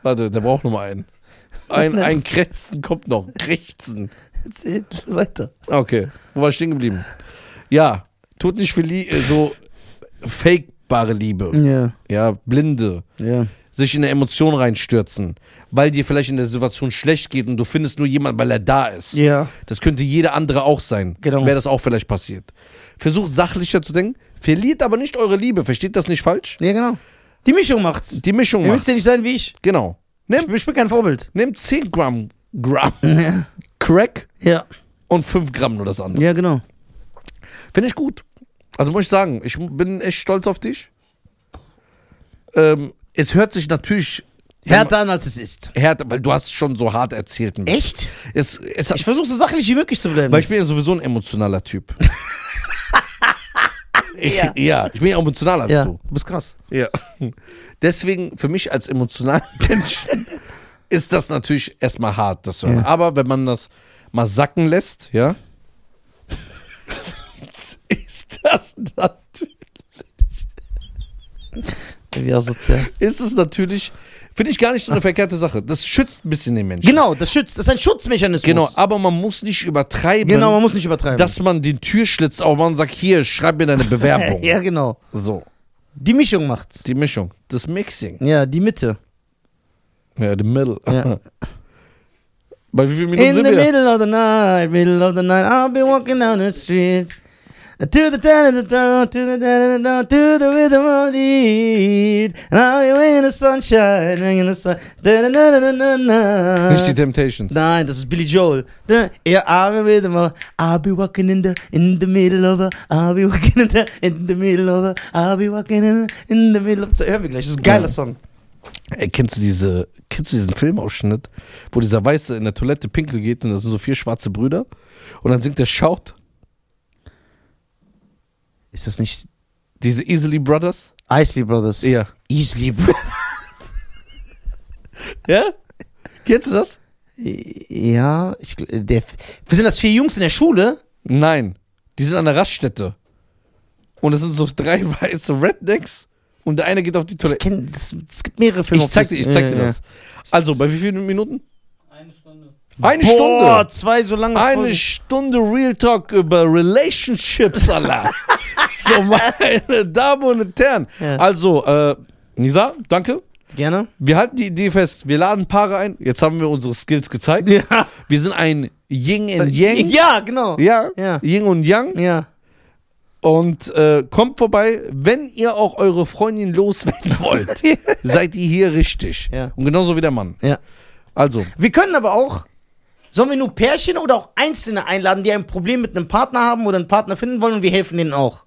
Speaker 2: Warte, der braucht nochmal einen. Ein, ein Krächzen kommt noch. Krächzen.
Speaker 1: Erzählt weiter.
Speaker 2: Okay, wo war ich stehen geblieben? Ja, tut nicht für Lie äh, so fakebare Liebe.
Speaker 1: Ja,
Speaker 2: Ja, blinde.
Speaker 1: ja.
Speaker 2: Sich in eine Emotion reinstürzen, weil dir vielleicht in der Situation schlecht geht und du findest nur jemanden, weil er da ist.
Speaker 1: Ja.
Speaker 2: Das könnte jeder andere auch sein.
Speaker 1: Genau.
Speaker 2: Wäre das auch vielleicht passiert. Versucht sachlicher zu denken, verliert aber nicht eure Liebe. Versteht das nicht falsch?
Speaker 1: Ja, genau. Die Mischung macht's.
Speaker 2: Die Mischung
Speaker 1: Ihr müsst
Speaker 2: macht.
Speaker 1: ja nicht sein wie ich.
Speaker 2: Genau. Nimm,
Speaker 1: Ich, bin- ich bin kein Vorbild.
Speaker 2: nimm 10 Gramm, Gramm
Speaker 1: Ja.
Speaker 2: Crack
Speaker 1: Ja,
Speaker 2: und 5 Gramm nur das andere.
Speaker 1: ja genau.
Speaker 2: Finde ich gut. Also muss ich sagen, ich bin echt stolz auf dich. Ähm, es hört sich natürlich
Speaker 1: Härter an, als es ist.
Speaker 2: härter, weil du hast schon so hart erzählt.
Speaker 1: Echt?
Speaker 2: Es, es
Speaker 1: Ich versuche so sachlich wie möglich zu bleiben.
Speaker 2: weil ich bin ja sowieso ein emotionaler Typ. ich,
Speaker 1: Ja.
Speaker 2: ja. ich bin ja emotionaler als
Speaker 1: ja,
Speaker 2: du.
Speaker 1: du bist krass.
Speaker 2: Ja. Deswegen, für mich als emotionalen Mensch ist das natürlich erstmal hart, das zu hören.
Speaker 1: Ja.
Speaker 2: Aber wenn man das mal sacken lässt, ja, ist das natürlich.
Speaker 1: Wie asozial.
Speaker 2: ist es natürlich, finde ich gar nicht so eine verkehrte Sache. Das schützt ein bisschen den Menschen.
Speaker 1: Ah. Genau, das schützt. Das ist ein Schutzmechanismus.
Speaker 2: Genau, aber man muss nicht übertreiben,
Speaker 1: Genau, man muss nicht übertreiben.
Speaker 2: dass man den Türschlitz aufmacht und sagt, hier, schreib mir deine Bewerbung.
Speaker 1: ja, genau.
Speaker 2: So,
Speaker 1: Die Mischung macht's.
Speaker 2: die Mischung, das Mixing.
Speaker 1: Ja, die Mitte.
Speaker 2: Ja, the middle.
Speaker 1: Ja.
Speaker 2: Bei wie vielen Minuten
Speaker 1: In the
Speaker 2: sind wir?
Speaker 1: middle of the night, middle of the night, I'll be walking down the street. To the da da da to the da da da to the rhythm of the heat. And I'll be in the sunshine, in the sun. Da da da da da da.
Speaker 2: Nicht die Temptations.
Speaker 1: Nein, das ist Billy Joel. Da- Ja, I'll be, with them all. I'll be walking in the, in the middle of a, I'll be walking in the, in the middle of a, I'll be walking in, the- in the middle of a. Hören wir gleich, das ist ein geiler
Speaker 2: Ja.
Speaker 1: Song.
Speaker 2: Ey, kennst du, diese, kennst du diesen Filmausschnitt, wo dieser Weiße in der Toilette pinkel geht und das sind so vier schwarze Brüder und dann singt der Shout,
Speaker 1: Ist das nicht
Speaker 2: diese Easily Brothers?
Speaker 1: Isley Brothers?
Speaker 2: Ja.
Speaker 1: Isley Brothers.
Speaker 2: Ja? Kennst du das?
Speaker 1: Ja, ich, gl- der, wir sind das vier Jungs in der Schule.
Speaker 2: Nein, die sind an der Raststätte. Und es sind so drei weiße Rednecks und der eine geht auf die
Speaker 1: Ich
Speaker 2: Toilette.
Speaker 1: kenn, es, es gibt mehrere
Speaker 2: Ich,
Speaker 1: Filme. auf
Speaker 2: zeig dir,
Speaker 1: das-
Speaker 2: ich zeig
Speaker 1: ja,
Speaker 2: dir
Speaker 1: ja.
Speaker 2: das. Also, bei wie vielen Minuten?
Speaker 3: Eine Stunde.
Speaker 2: Eine
Speaker 1: Boah,
Speaker 2: Stunde.
Speaker 1: zwei so lange
Speaker 2: Eine
Speaker 1: Folgen.
Speaker 2: Stunde Real Talk über Relationships, Allah. so, meine Damen und Herren.
Speaker 1: Ja.
Speaker 2: Also, äh, Nisa, danke.
Speaker 1: Gerne?
Speaker 2: Wir halten die Idee fest. Wir laden Paare ein. Jetzt haben wir unsere Skills gezeigt.
Speaker 1: Ja.
Speaker 2: Wir sind ein Yin and Yang.
Speaker 1: Ja, genau.
Speaker 2: Ja.
Speaker 1: Ja.
Speaker 2: Yin und Yang.
Speaker 1: Ja.
Speaker 2: Und äh, kommt vorbei, wenn ihr auch eure Freundin loswerden wollt, seid ihr hier richtig.
Speaker 1: Ja.
Speaker 2: Und genauso wie der Mann.
Speaker 1: Ja.
Speaker 2: Also,
Speaker 1: Wir können aber auch, sollen wir nur Pärchen oder auch Einzelne einladen, die ein Problem mit einem Partner haben oder einen Partner finden wollen und wir helfen denen auch?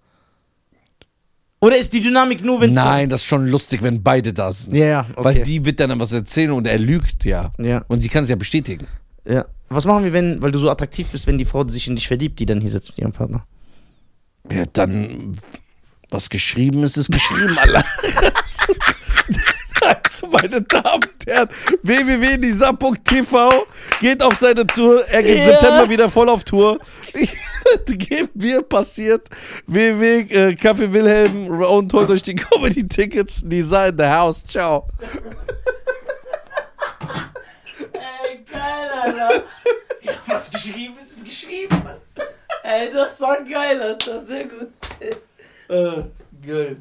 Speaker 1: Oder ist die Dynamik nur, wenn
Speaker 2: nein, das ist schon lustig, wenn beide da sind.
Speaker 1: Ja, ja, okay.
Speaker 2: Weil die wird dann was erzählen und er lügt ja.
Speaker 1: Ja.
Speaker 2: Und sie kann es ja bestätigen.
Speaker 1: Ja. Was machen wir, wenn, weil du so attraktiv bist, wenn die Frau sich in dich verliebt, die dann hier sitzt mit ihrem Partner?
Speaker 2: Ja, dann, was geschrieben ist, ist geschrieben, Allah. Also, meine Damen und Herren, www.nisa.tv geht auf seine Tour. Er geht im
Speaker 1: Ja.
Speaker 2: September wieder voll auf Tour. Gebt mir passiert. www. äh, Kaffee Wilhelm und holt euch die Comedy-Tickets. Nisa in the house. Ciao.
Speaker 1: Ey, geil, Alter. Was geschrieben ist, ist geschrieben. Ey, das war geil, Alter. Sehr gut.
Speaker 2: geil.